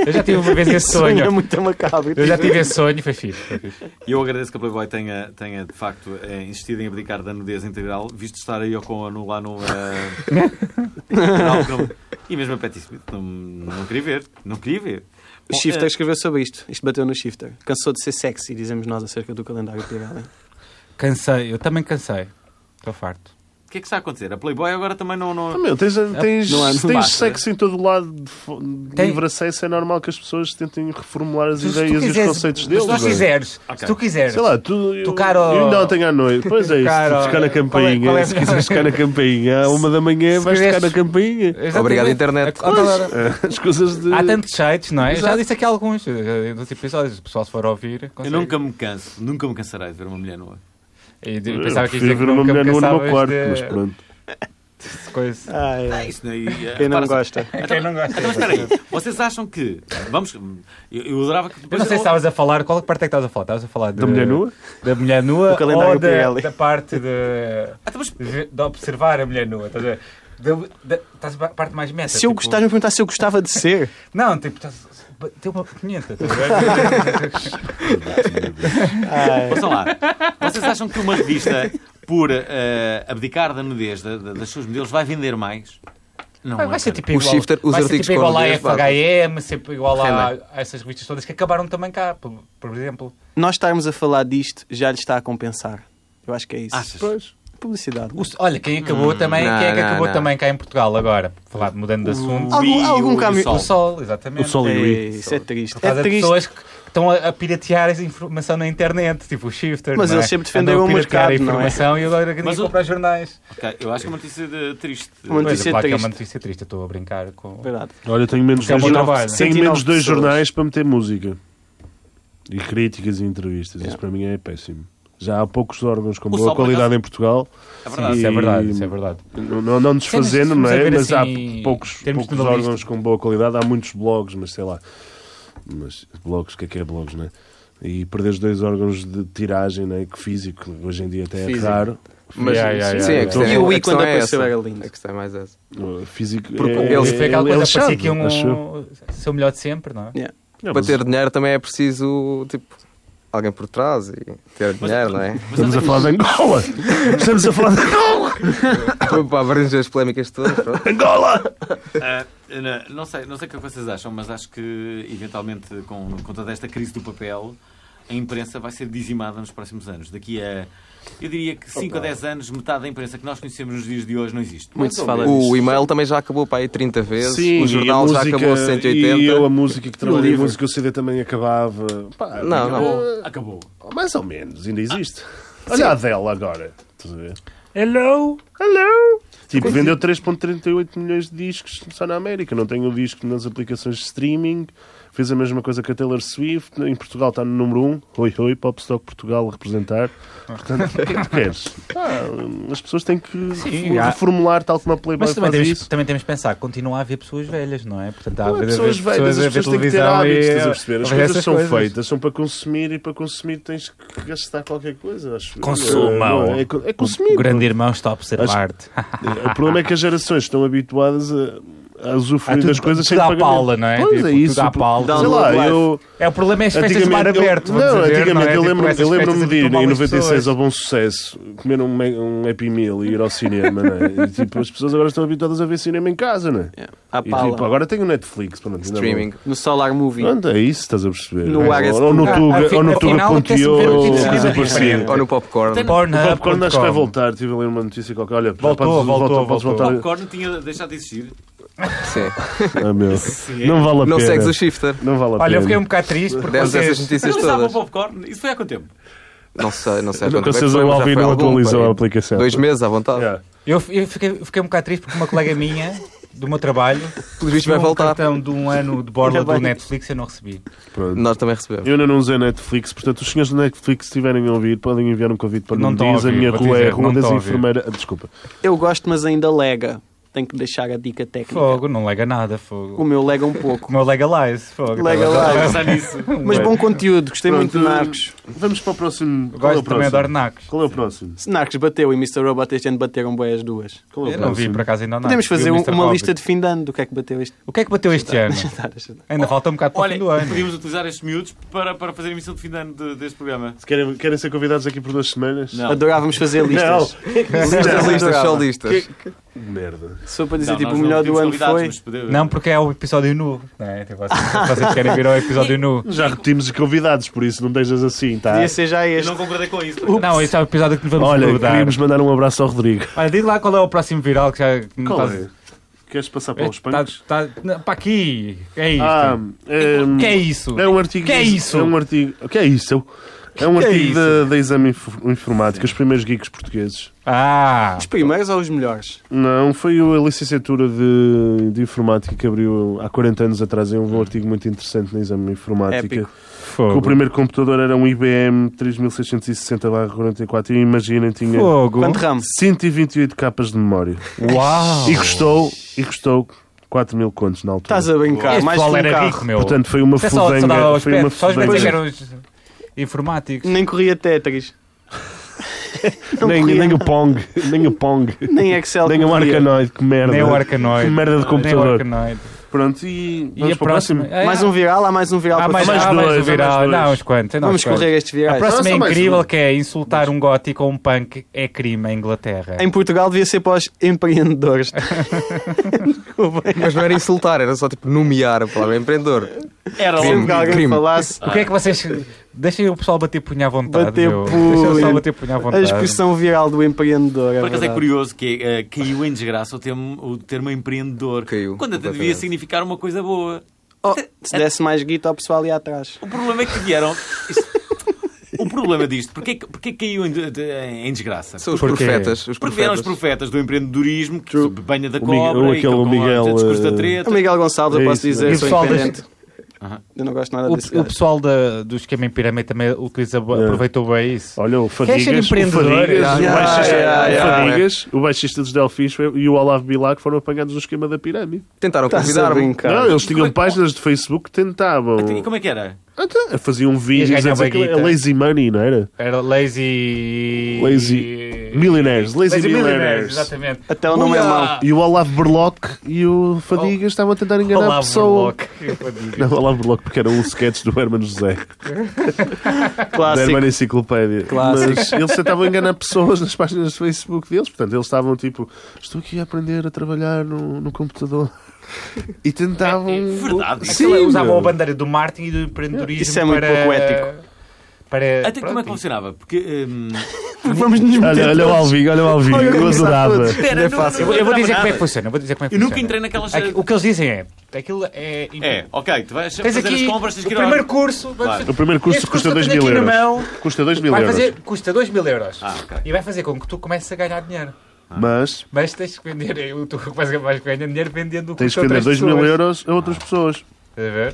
Speaker 6: Eu já tive uma vez esse
Speaker 5: é
Speaker 6: sonho.
Speaker 5: muito macabro.
Speaker 6: Eu já tive esse sonho, foi fixe. Foi fixe.
Speaker 1: eu agradeço que a Playboy tenha, tenha de facto, eh, insistido em abdicar da nudez integral, visto estar a Yoko Ono lá no... eh, canal que não- E mesmo a Patti Smith, não, não queria ver. Não queria ver.
Speaker 5: O
Speaker 1: Bom,
Speaker 5: Shifter
Speaker 1: eh,
Speaker 5: escreveu sobre isto. Isto bateu no Shifter. Cansou de ser sexy, dizemos nós acerca do calendário Pirelli.
Speaker 6: Cansei, eu também cansei. Estou farto.
Speaker 1: O que é que está a acontecer? A Playboy agora também não... não...
Speaker 3: Ah, meu, tens, tens,
Speaker 5: Não há- não
Speaker 3: tens
Speaker 5: basta.
Speaker 3: sexo em todo o lado de, fo- de
Speaker 6: Tem-
Speaker 3: livre acesso, é normal que as pessoas tentem reformular as
Speaker 6: Se tu
Speaker 3: ideias e os
Speaker 6: quiseres-
Speaker 3: conceitos
Speaker 6: se
Speaker 3: deles. é.
Speaker 6: tu
Speaker 3: velho.
Speaker 6: quiseres, se
Speaker 1: Ok.
Speaker 6: tu quiseres,
Speaker 3: Sei lá, tu, eu,
Speaker 6: Tocar ao-
Speaker 3: eu ainda ontem à noite. Pois é isso,
Speaker 6: Tocar ao-
Speaker 3: tocar na
Speaker 6: Qual é-
Speaker 3: campainha.
Speaker 6: qual é-
Speaker 3: Se quiseres tocar na campainha, à uma da manhã
Speaker 6: Se
Speaker 3: vais tocar na
Speaker 6: quiseres-
Speaker 3: campainha.
Speaker 6: Eu já
Speaker 4: Obrigado,
Speaker 6: tive-
Speaker 4: internet.
Speaker 6: Ah, tá, tá,
Speaker 3: As coisas de.
Speaker 6: tá. Há tantos sites, não é? Eu já
Speaker 3: Exato.
Speaker 6: disse aqui alguns. eh, eh, Nos episódios, se o pessoal se for ouvir.
Speaker 1: Eu
Speaker 6: consegue.
Speaker 1: nunca me canso, nunca me cansarei de ver uma mulher nua.
Speaker 6: E de-
Speaker 3: Eu
Speaker 6: pensava que
Speaker 3: prefiro
Speaker 6: ia dizer que
Speaker 3: ver uma
Speaker 6: nunca me
Speaker 3: mulher nua no meu
Speaker 6: cansavas
Speaker 3: quarto,
Speaker 6: de-
Speaker 3: mas pronto.
Speaker 6: de coisa.
Speaker 5: Ai,
Speaker 1: Ah,
Speaker 5: ai.
Speaker 1: isso não é...
Speaker 5: Quem não
Speaker 1: repara-se,
Speaker 5: gosta?
Speaker 6: Quem não gosta.
Speaker 1: Então, espera aí, vocês acham que. Vamos. Eu, eu adorava que.
Speaker 6: Eu não sei se estavas a falar, qual é que parte é que estavas a falar? Estavas a falar de-
Speaker 3: Da mulher nua?
Speaker 6: Da mulher nua
Speaker 5: O calendário
Speaker 6: ou da,
Speaker 5: Pirelli.
Speaker 6: da parte de,
Speaker 1: Ah, então, mas-
Speaker 6: de- de observar a mulher nua? Estás a ver? Da- da- estás a parte mais meta.
Speaker 5: Se eu
Speaker 6: tipo-
Speaker 5: gostasse, me perguntar se eu gostava de ser.
Speaker 6: Não, tipo, estás. Tem uma pinheta, estás a ver?
Speaker 1: Ouçam Ah, lá. Vocês acham que uma revista, por eh, abdicar da nudez da- da- das suas modelos, vai vender mais? Não,
Speaker 6: Vai,
Speaker 1: é,
Speaker 6: vai ser
Speaker 1: cara.
Speaker 6: tipo igual,
Speaker 4: shifter, os
Speaker 6: vai ser
Speaker 4: artigos
Speaker 6: tipo igual
Speaker 4: com
Speaker 6: à
Speaker 4: nudez, vá.
Speaker 6: FHM, sempre igual à-
Speaker 4: Sei
Speaker 6: a essas revistas todas que acabaram também cá, por, por exemplo.
Speaker 5: Nós estarmos a falar disto já lhe está a compensar. Eu acho que é isso.
Speaker 1: Achas?
Speaker 3: Pois.
Speaker 5: Publicidade.
Speaker 6: O- olha, quem acabou
Speaker 5: Hum,
Speaker 6: também,
Speaker 4: não,
Speaker 6: quem é que
Speaker 4: não,
Speaker 6: acabou
Speaker 4: não.
Speaker 6: também cá em Portugal agora? Falar, mudando de assunto.
Speaker 1: O
Speaker 5: Algum,
Speaker 1: Mi,
Speaker 5: algum
Speaker 1: o
Speaker 5: caminho.
Speaker 1: Um Sol.
Speaker 6: O sol, exatamente.
Speaker 3: O sol e o
Speaker 5: É,
Speaker 3: i.
Speaker 5: isso é triste.
Speaker 6: Faz
Speaker 5: É
Speaker 6: a
Speaker 5: triste.
Speaker 6: pessoas que estão a, a piratear essa informação na internet, tipo o shifter.
Speaker 5: Mas
Speaker 6: não
Speaker 5: eles
Speaker 6: é?
Speaker 5: sempre defenderam
Speaker 6: Andam a
Speaker 5: o
Speaker 6: piratear
Speaker 5: mercado,
Speaker 6: a
Speaker 5: não é?
Speaker 6: informação e agora ninguém
Speaker 1: Mas o-
Speaker 6: compra os jornais.
Speaker 1: Ok, eu acho que é uma notícia de- triste.
Speaker 5: Uma
Speaker 6: Pois,
Speaker 5: notícia
Speaker 6: claro que é uma
Speaker 5: triste.
Speaker 6: notícia triste, eu estou a brincar com.
Speaker 5: é Verdade.
Speaker 3: Olha, eu tenho menos
Speaker 6: Porque é um
Speaker 3: dois,
Speaker 6: bom
Speaker 3: jornais-
Speaker 6: trabalho.
Speaker 3: tenho
Speaker 5: 109
Speaker 3: menos dois
Speaker 5: pessoas.
Speaker 3: jornais para meter música. E críticas e entrevistas. Isso para mim é péssimo. Já há poucos órgãos com
Speaker 1: O
Speaker 3: boa
Speaker 1: Sol, por
Speaker 3: qualidade
Speaker 1: acaso-
Speaker 3: em Portugal.
Speaker 1: É verdade.
Speaker 6: Isso é verdade, isso é verdade.
Speaker 3: Não, não, não desfazendo,
Speaker 6: Cenas,
Speaker 3: não é?
Speaker 6: estamos
Speaker 3: Mas
Speaker 6: a ver
Speaker 3: há
Speaker 6: assim,
Speaker 3: poucos,
Speaker 6: em termos de
Speaker 3: poucos
Speaker 6: jornalistas.
Speaker 3: órgãos com boa qualidade. Há muitos blogs, mas sei lá. Mas blogs, o que é que é blogs, não é? E perderes dois órgãos de tiragem, não é? Que físico, que hoje em dia até é
Speaker 5: Físico.
Speaker 3: raro.
Speaker 4: Mas
Speaker 6: Yeah, yeah, yeah,
Speaker 4: sim,
Speaker 6: yeah.
Speaker 4: a questão,
Speaker 5: E o
Speaker 4: a
Speaker 5: i
Speaker 4: questão
Speaker 5: quando
Speaker 4: é
Speaker 5: apareceu
Speaker 4: essa.
Speaker 5: era lindo.
Speaker 4: A questão é mais essa.
Speaker 3: Uh, Físico.
Speaker 4: Porque
Speaker 3: é,
Speaker 4: eles-
Speaker 3: é-
Speaker 6: Foi aquela
Speaker 3: é
Speaker 6: coisa,
Speaker 3: lixado,
Speaker 6: parecia que um.
Speaker 3: acho eu.
Speaker 6: Seu melhor de sempre, não é?
Speaker 5: Yeah.
Speaker 3: Não,
Speaker 4: Para
Speaker 3: mas
Speaker 4: ter dinheiro também é preciso, tipo, alguém por trás e ter dinheiro, não é?
Speaker 3: Estamos a falar de Angola! Estamos a falar de Angola!
Speaker 4: Para abranger as polémicas todas, pronto.
Speaker 3: Angola!
Speaker 1: Ah, não- não, sei, não sei o que é que vocês acham, mas acho que, eventualmente, com, com toda esta crise do papel, a imprensa vai ser dizimada nos próximos anos. Daqui a, eu diria que 5 a 10 anos, metade da imprensa que nós conhecemos nos dias de hoje não existe.
Speaker 5: Muito se fala disso.
Speaker 4: O e-mail também já acabou para aí 30 vezes,
Speaker 3: Sim,
Speaker 4: o jornal
Speaker 3: e a
Speaker 4: já
Speaker 3: música-
Speaker 4: acabou 180.
Speaker 3: E eu, a música que trabalhei, a
Speaker 5: livro.
Speaker 3: música que o CD também acabava. Pá,
Speaker 4: Não, não.
Speaker 1: Acabou. Acabou.
Speaker 3: Oh, Mais ou menos, ainda existe. Olha a Adele agora. Estás a ver?
Speaker 6: Hello!
Speaker 3: Ah, Hello! Tipo, vendeu 3.38 milhões de discos só na América. Não tem o disco nas aplicações de streaming. Fez a mesma coisa que a Taylor Swift. Em Portugal está no número 1. Oi, oi, Popstock Portugal a representar. Portanto, o que é que tu queres? Ah, as pessoas têm que
Speaker 6: Sim,
Speaker 3: refor-
Speaker 6: há-
Speaker 3: reformular tal como a Playboy
Speaker 6: Mas também
Speaker 3: faz
Speaker 6: temos,
Speaker 3: isso.
Speaker 6: também temos de pensar, continua a haver pessoas velhas, não é? Portanto, há
Speaker 3: Não é
Speaker 6: haver-
Speaker 3: pessoas
Speaker 6: haver
Speaker 3: velhas, as
Speaker 6: a ver
Speaker 3: pessoas têm que ter
Speaker 6: televisão
Speaker 3: hábitos,
Speaker 6: e-
Speaker 3: estás a perceber? As
Speaker 6: a ver
Speaker 3: coisas
Speaker 6: essas
Speaker 3: são
Speaker 6: coisas.
Speaker 3: feitas, são para consumir e para consumir tens que gastar qualquer coisa. Acho.
Speaker 6: Consumam.
Speaker 3: É, é, é consumir.
Speaker 6: O grande irmão está a observar-te.
Speaker 3: O problema é que as gerações estão habituadas a, a usufruir
Speaker 6: Ah, tudo-
Speaker 3: das coisas
Speaker 6: tudo
Speaker 3: sem
Speaker 6: à
Speaker 3: pagamento.
Speaker 6: pala, não é?
Speaker 3: Pois
Speaker 6: Tipo,
Speaker 3: é
Speaker 6: tudo
Speaker 3: isso.
Speaker 6: à pala.
Speaker 3: Sei lá, eu...
Speaker 6: É, o problema é as festas de
Speaker 3: Antigamente,
Speaker 6: mar
Speaker 3: eu-
Speaker 6: aberto. vou
Speaker 3: não,
Speaker 6: dizer,
Speaker 3: antigamente
Speaker 6: não é?
Speaker 3: eu
Speaker 6: Tipo,
Speaker 3: lembro-me
Speaker 6: essas
Speaker 3: eu lembro-me
Speaker 6: festas
Speaker 3: de ir
Speaker 6: habituam
Speaker 3: em
Speaker 6: lá as
Speaker 3: 96
Speaker 6: pessoas.
Speaker 3: ao Bom Sucesso, comer um, me- um Happy Meal e ir ao cinema, não é? E, tipo, as pessoas agora estão habituadas a ver cinema em casa, não é?
Speaker 5: À
Speaker 3: E,
Speaker 5: pala.
Speaker 3: tipo, agora tem o Netflix, pronto, ainda bom.
Speaker 4: Streaming.
Speaker 5: No Solar Movie.
Speaker 3: Pronto, é isso, estás a perceber.
Speaker 5: No
Speaker 3: ou,
Speaker 5: RS
Speaker 3: ou no
Speaker 6: Ah,
Speaker 3: Tuga,
Speaker 6: afi-
Speaker 3: ou no
Speaker 6: afinal,
Speaker 3: Tuga.io,
Speaker 6: até se
Speaker 3: ou
Speaker 6: divertir,
Speaker 3: coisa
Speaker 6: se divertir.
Speaker 3: parecida.
Speaker 4: Ou no popcorn.
Speaker 5: Então
Speaker 3: O
Speaker 6: Pornhub
Speaker 3: Popcorn acho que
Speaker 6: ponto Ah,
Speaker 3: vai
Speaker 6: com.
Speaker 3: voltar. Tive ali uma notícia qualquer. Olha, já
Speaker 6: Voltou,
Speaker 3: podes-
Speaker 6: voltou,
Speaker 3: volta- podes
Speaker 6: voltou.
Speaker 3: voltar.
Speaker 1: Popcorn tinha deixado de existir.
Speaker 4: Sim.
Speaker 3: Ah, meu. Não vale a pena.
Speaker 4: Não segues o shifter.
Speaker 3: Não vale a pena.
Speaker 6: Olha, eu fiquei um bocado triste porque
Speaker 4: Demos essas
Speaker 6: vocês...
Speaker 4: notícias
Speaker 1: Mas não usava
Speaker 4: todas.
Speaker 1: popcorn? Isso foi há quanto tempo?
Speaker 4: Não sei, não sei. há
Speaker 3: Não
Speaker 4: quanto tempo
Speaker 3: sei se
Speaker 4: foi,
Speaker 3: o
Speaker 4: mas já
Speaker 3: Alvin
Speaker 4: foi
Speaker 3: não
Speaker 4: algum,
Speaker 3: atualizou
Speaker 4: pai.
Speaker 3: a aplicação.
Speaker 4: Dois meses à vontade.
Speaker 3: Yeah.
Speaker 6: Eu, eu fiquei, fiquei um bocado triste porque uma colega minha do meu trabalho
Speaker 4: Pelos vistos
Speaker 6: tinha
Speaker 4: vai
Speaker 6: um
Speaker 4: voltar.
Speaker 6: cartão de um ano de borla do Netflix e eu não recebi.
Speaker 3: Pronto.
Speaker 4: Nós também recebemos.
Speaker 3: Eu ainda não usei Netflix, portanto, os senhores do Netflix, se estiverem a ouvir, podem enviar um convite para
Speaker 6: Não
Speaker 3: não
Speaker 6: estão a
Speaker 3: diz a
Speaker 6: ouvir,
Speaker 3: minha
Speaker 6: vou
Speaker 3: rua é
Speaker 6: dizer,
Speaker 3: a Rua
Speaker 6: não
Speaker 3: das
Speaker 6: estão a ouvir.
Speaker 3: Enfermeiras. Ah, Desculpa.
Speaker 5: Eu gosto, mas ainda lega. Tenho que deixar a dica técnica.
Speaker 6: Fogo, não lega nada,
Speaker 5: O
Speaker 6: fogo.
Speaker 5: meu lega um pouco.
Speaker 6: O meu legalize, fogo.
Speaker 5: Lega lá.
Speaker 1: Pensar nisso.
Speaker 5: Mas bom conteúdo, gostei muito de
Speaker 3: Pronto,
Speaker 5: Narcos.
Speaker 3: Vamos para o próximo.
Speaker 6: Eu
Speaker 3: Qual é o
Speaker 6: Gosto também de
Speaker 3: próximo?
Speaker 6: Ornacos.
Speaker 3: Qual é o próximo?
Speaker 5: Se Narcos bateu e Mr. Robot este ano bateram bem as duas.
Speaker 3: Qual é o
Speaker 6: Eu não vi,
Speaker 3: próximo?
Speaker 6: por acaso ainda não.
Speaker 5: Podemos
Speaker 6: Vi o
Speaker 5: fazer um-
Speaker 6: Mr.
Speaker 5: uma
Speaker 6: Hobbit.
Speaker 5: lista de fim de ano do que é que bateu este
Speaker 6: O que é que bateu este ano?
Speaker 5: ano.
Speaker 6: Ainda falta um bocado para o
Speaker 1: Olha,
Speaker 6: fim do ano.
Speaker 1: podíamos utilizar estes miúdos para, para fazer a emissão de fim de ano de- deste programa.
Speaker 3: Se Querem, querem ser convidados aqui por duas semanas?
Speaker 1: Não.
Speaker 5: Adorávamos fazer listas.
Speaker 4: Listas, listas, só listas.
Speaker 3: Merda.
Speaker 5: Só para dizer,
Speaker 1: Não,
Speaker 5: tipo,
Speaker 1: nós
Speaker 5: o
Speaker 1: não
Speaker 5: melhor do
Speaker 1: temos
Speaker 5: ano
Speaker 1: convidados,
Speaker 5: foi.
Speaker 1: mas poder-
Speaker 6: Não, porque é o episódio nu. não é? Tipo, Vocês vocês querem vir ao episódio nu.
Speaker 3: Já repetimos os convidados, por isso não deixas assim, tá?
Speaker 5: Podia ser já
Speaker 1: Eu
Speaker 5: este.
Speaker 1: não concordei com isso.
Speaker 6: Não, esse é o episódio que nos vamos
Speaker 3: Olha,
Speaker 6: mudar.
Speaker 3: queríamos mandar um abraço ao Rodrigo.
Speaker 6: Olha, diz lá qual é o próximo viral que já... que não
Speaker 3: Qual
Speaker 6: estás-
Speaker 3: é? Queres passar para os
Speaker 6: Tá-
Speaker 3: punks?
Speaker 6: tá- não, Para aqui. É isto.
Speaker 3: Ah, ehm,
Speaker 6: que é isso?
Speaker 3: é um artigo.
Speaker 6: Que é isso?
Speaker 3: É um artigo. O que é isso? É um
Speaker 6: Que é
Speaker 3: artigo
Speaker 6: isso?
Speaker 3: da- da Exame Info- Informática, os primeiros geeks portugueses.
Speaker 6: Ah,
Speaker 5: Os primeiros ou os melhores?
Speaker 3: Não, foi a licenciatura de, de Informática que abriu há 40 anos atrás. É
Speaker 6: Hum.
Speaker 3: um artigo muito interessante na Exame Informática.
Speaker 5: Épico.
Speaker 3: Que
Speaker 6: fogo.
Speaker 3: o primeiro computador era um IBM 3660-44 e imaginem, tinha
Speaker 6: Fogo.
Speaker 5: Quanto ramo?
Speaker 3: 128 capas de memória.
Speaker 6: Uau.
Speaker 3: E custou, e custou 4 mil contos na altura.
Speaker 5: Estás a brincar,
Speaker 6: Este
Speaker 5: mais que
Speaker 6: pessoal
Speaker 5: um
Speaker 6: era
Speaker 5: carro.
Speaker 6: rico, meu.
Speaker 3: Portanto, foi uma
Speaker 6: Isso é só, só
Speaker 3: fudenga.
Speaker 6: dava aos
Speaker 3: foi uma
Speaker 6: pés. Só os pés é que
Speaker 3: fudenga.
Speaker 6: eram os informáticos.
Speaker 5: Nem corria Tetris.
Speaker 6: um
Speaker 5: Não
Speaker 3: Nem,
Speaker 5: corria
Speaker 3: nem o
Speaker 5: nada.
Speaker 3: Pong, nem o Pong,
Speaker 5: Nem Excel.
Speaker 3: nem o
Speaker 5: corria.
Speaker 3: Arcanoid, que merda. né?
Speaker 6: Nem o Arcanoid.
Speaker 3: Que merda de
Speaker 6: Nem o
Speaker 3: computador.
Speaker 6: Arcanoid.
Speaker 3: Pronto, e vamos
Speaker 6: E a
Speaker 3: para o próximo.
Speaker 6: próxima?
Speaker 1: É.
Speaker 6: Ah,
Speaker 5: Mais um viral, há mais um viral
Speaker 6: Há
Speaker 5: para
Speaker 6: mais,
Speaker 5: fazer.
Speaker 3: mais
Speaker 6: há mais
Speaker 3: dois,
Speaker 6: um
Speaker 3: há mais
Speaker 6: viral.
Speaker 3: dois.
Speaker 6: Não, uns quantos. há
Speaker 5: Vamos
Speaker 6: uns quantos.
Speaker 5: correr estes
Speaker 6: A
Speaker 5: virais.
Speaker 6: próxima é
Speaker 3: Só mais
Speaker 6: incrível,
Speaker 3: uma.
Speaker 6: que é insultar um gótico ou um punk é crime em Inglaterra.
Speaker 5: Em Portugal devia ser para os empreendedores.
Speaker 4: Mas não era insultar, era só tipo nomear a palavra empreendedor.
Speaker 1: Era
Speaker 5: Sempre
Speaker 1: logo.
Speaker 5: que alguém
Speaker 4: crime.
Speaker 5: falasse,
Speaker 6: O que é que vocês... Deixem o pessoal bater punha à vontade,
Speaker 5: Bater
Speaker 6: Tá, meu.
Speaker 5: punho.
Speaker 6: Deixem o pessoal bater punha à
Speaker 5: a
Speaker 6: vontade.
Speaker 5: expressão viral do empreendedor. É
Speaker 1: Por acaso é
Speaker 5: verdade.
Speaker 1: curioso que eh, caiu em desgraça o termo, o termo empreendedor.
Speaker 4: Caiu,
Speaker 1: Quando até devia
Speaker 4: completamente.
Speaker 1: significar uma coisa boa.
Speaker 5: Oh, se desse mais guita ao pessoal ali atrás.
Speaker 1: O problema é que vieram. Isto- O problema disto, porque, é que- porque é que caiu em, de- de- em desgraça?
Speaker 4: São os
Speaker 6: Porquê?
Speaker 4: profetas. Os
Speaker 1: Porque vieram os
Speaker 4: profetas.
Speaker 1: profetas do empreendedorismo, que se banha da
Speaker 3: O Miguel-
Speaker 1: cobra,
Speaker 3: ou
Speaker 1: e
Speaker 3: aquele
Speaker 1: com
Speaker 3: Miguel,
Speaker 1: o discurso da
Speaker 3: eh,
Speaker 5: O
Speaker 1: treta.
Speaker 5: Miguel Gonçalves,
Speaker 3: É
Speaker 5: eu posso
Speaker 3: isso,
Speaker 5: dizer,
Speaker 6: né? E
Speaker 5: sou
Speaker 6: o pessoal das-
Speaker 5: independente. Eu não gosto nada desse
Speaker 6: O, o
Speaker 5: gajo.
Speaker 6: pessoal da- do esquema em pirâmide também utiliza, aproveitou bem isso.
Speaker 3: Olha, o
Speaker 6: Quer
Speaker 3: Fadigas,
Speaker 6: ser
Speaker 3: o,
Speaker 6: empreendedor?
Speaker 3: Fadigas
Speaker 6: Ah,
Speaker 3: o,
Speaker 5: yeah,
Speaker 3: baixista,
Speaker 5: yeah,
Speaker 3: o
Speaker 4: yeah.
Speaker 3: Fadigas, o baixista dos Delfins foi- e o Olavo Bilac foram apanhados no esquema da pirâmide.
Speaker 6: Tá
Speaker 4: Tentaram
Speaker 5: Estás a
Speaker 4: convidar-me.
Speaker 5: brincar.
Speaker 3: Não, eles tinham
Speaker 1: como é-
Speaker 3: páginas de Facebook que tentavam.
Speaker 1: E como é que era?
Speaker 3: Até faziam
Speaker 6: Eles
Speaker 3: vídeos a
Speaker 6: ganhavam
Speaker 3: dizer que é
Speaker 6: guita.
Speaker 3: lazy money, não era?
Speaker 6: Era lazy...
Speaker 3: Lazy Millionaires, Lazy,
Speaker 6: Lazy Millionaires,
Speaker 3: millionaires.
Speaker 6: exatamente.
Speaker 5: Até o nome é mau.
Speaker 3: E o Olavo Berloc e o Fadigas estavam a tentar enganar a
Speaker 6: Olá,
Speaker 3: pessoa.
Speaker 6: Burlock. Eu vou dizer.
Speaker 3: Não, Olavo Berloc, porque era um sketch do Herman José, da
Speaker 5: Clássico.
Speaker 3: Herman Enciclopédia.
Speaker 5: Clássico.
Speaker 3: Mas eles tentavam enganar pessoas nas páginas do Facebook deles, portanto, eles estavam tipo, estou aqui a aprender a trabalhar no, no computador. E tentavam.
Speaker 1: Verdade.
Speaker 6: Aquilo é,
Speaker 3: Sim,
Speaker 6: usavam
Speaker 3: meu.
Speaker 6: a bandeira do marketing e do empreendedorismo
Speaker 5: Isso é muito
Speaker 6: para...
Speaker 5: pouco ético.
Speaker 6: Para...
Speaker 1: Até como é que funcionava? Porque. hum,
Speaker 5: Porque vamos nos meter.
Speaker 3: Olha, olha o Alvinho, olha o Alvinho, eu adorava.
Speaker 1: Espera, não-
Speaker 6: Eu,
Speaker 1: não
Speaker 6: vou- eu vou dizer
Speaker 1: lembrava
Speaker 6: como é
Speaker 1: nada.
Speaker 6: que funciona. eu Vou dizer como é que
Speaker 1: Eu nunca
Speaker 6: funciona.
Speaker 1: entrei naquelas.
Speaker 6: Aqui- O que eles dizem é... Aquilo é...
Speaker 1: É, ok, tu vais
Speaker 6: Tens
Speaker 1: fazer
Speaker 6: aqui
Speaker 1: as compras, tens
Speaker 6: o
Speaker 1: que ir
Speaker 6: primeiro
Speaker 1: ao...
Speaker 6: curso... vamos-
Speaker 1: Claro.
Speaker 3: O primeiro curso
Speaker 6: Este
Speaker 3: custa
Speaker 6: eu
Speaker 3: 2
Speaker 6: tenho
Speaker 3: mil
Speaker 6: aqui na
Speaker 3: euros.
Speaker 6: mão,
Speaker 3: Custa 2 mil
Speaker 6: vai
Speaker 3: euros.
Speaker 6: fazer, custa 2 mil euros.
Speaker 1: Ah, ok.
Speaker 6: E vai fazer com que tu comeces a ganhar dinheiro.
Speaker 3: Mas
Speaker 6: Mas tens que vender... o- Tu vais vais ganhar dinheiro vendendo o
Speaker 3: tens
Speaker 6: curso
Speaker 3: que
Speaker 6: a
Speaker 3: vender
Speaker 6: outras
Speaker 3: 2 mil
Speaker 6: pessoas.
Speaker 3: euros a outras pessoas.
Speaker 6: Estás a ver?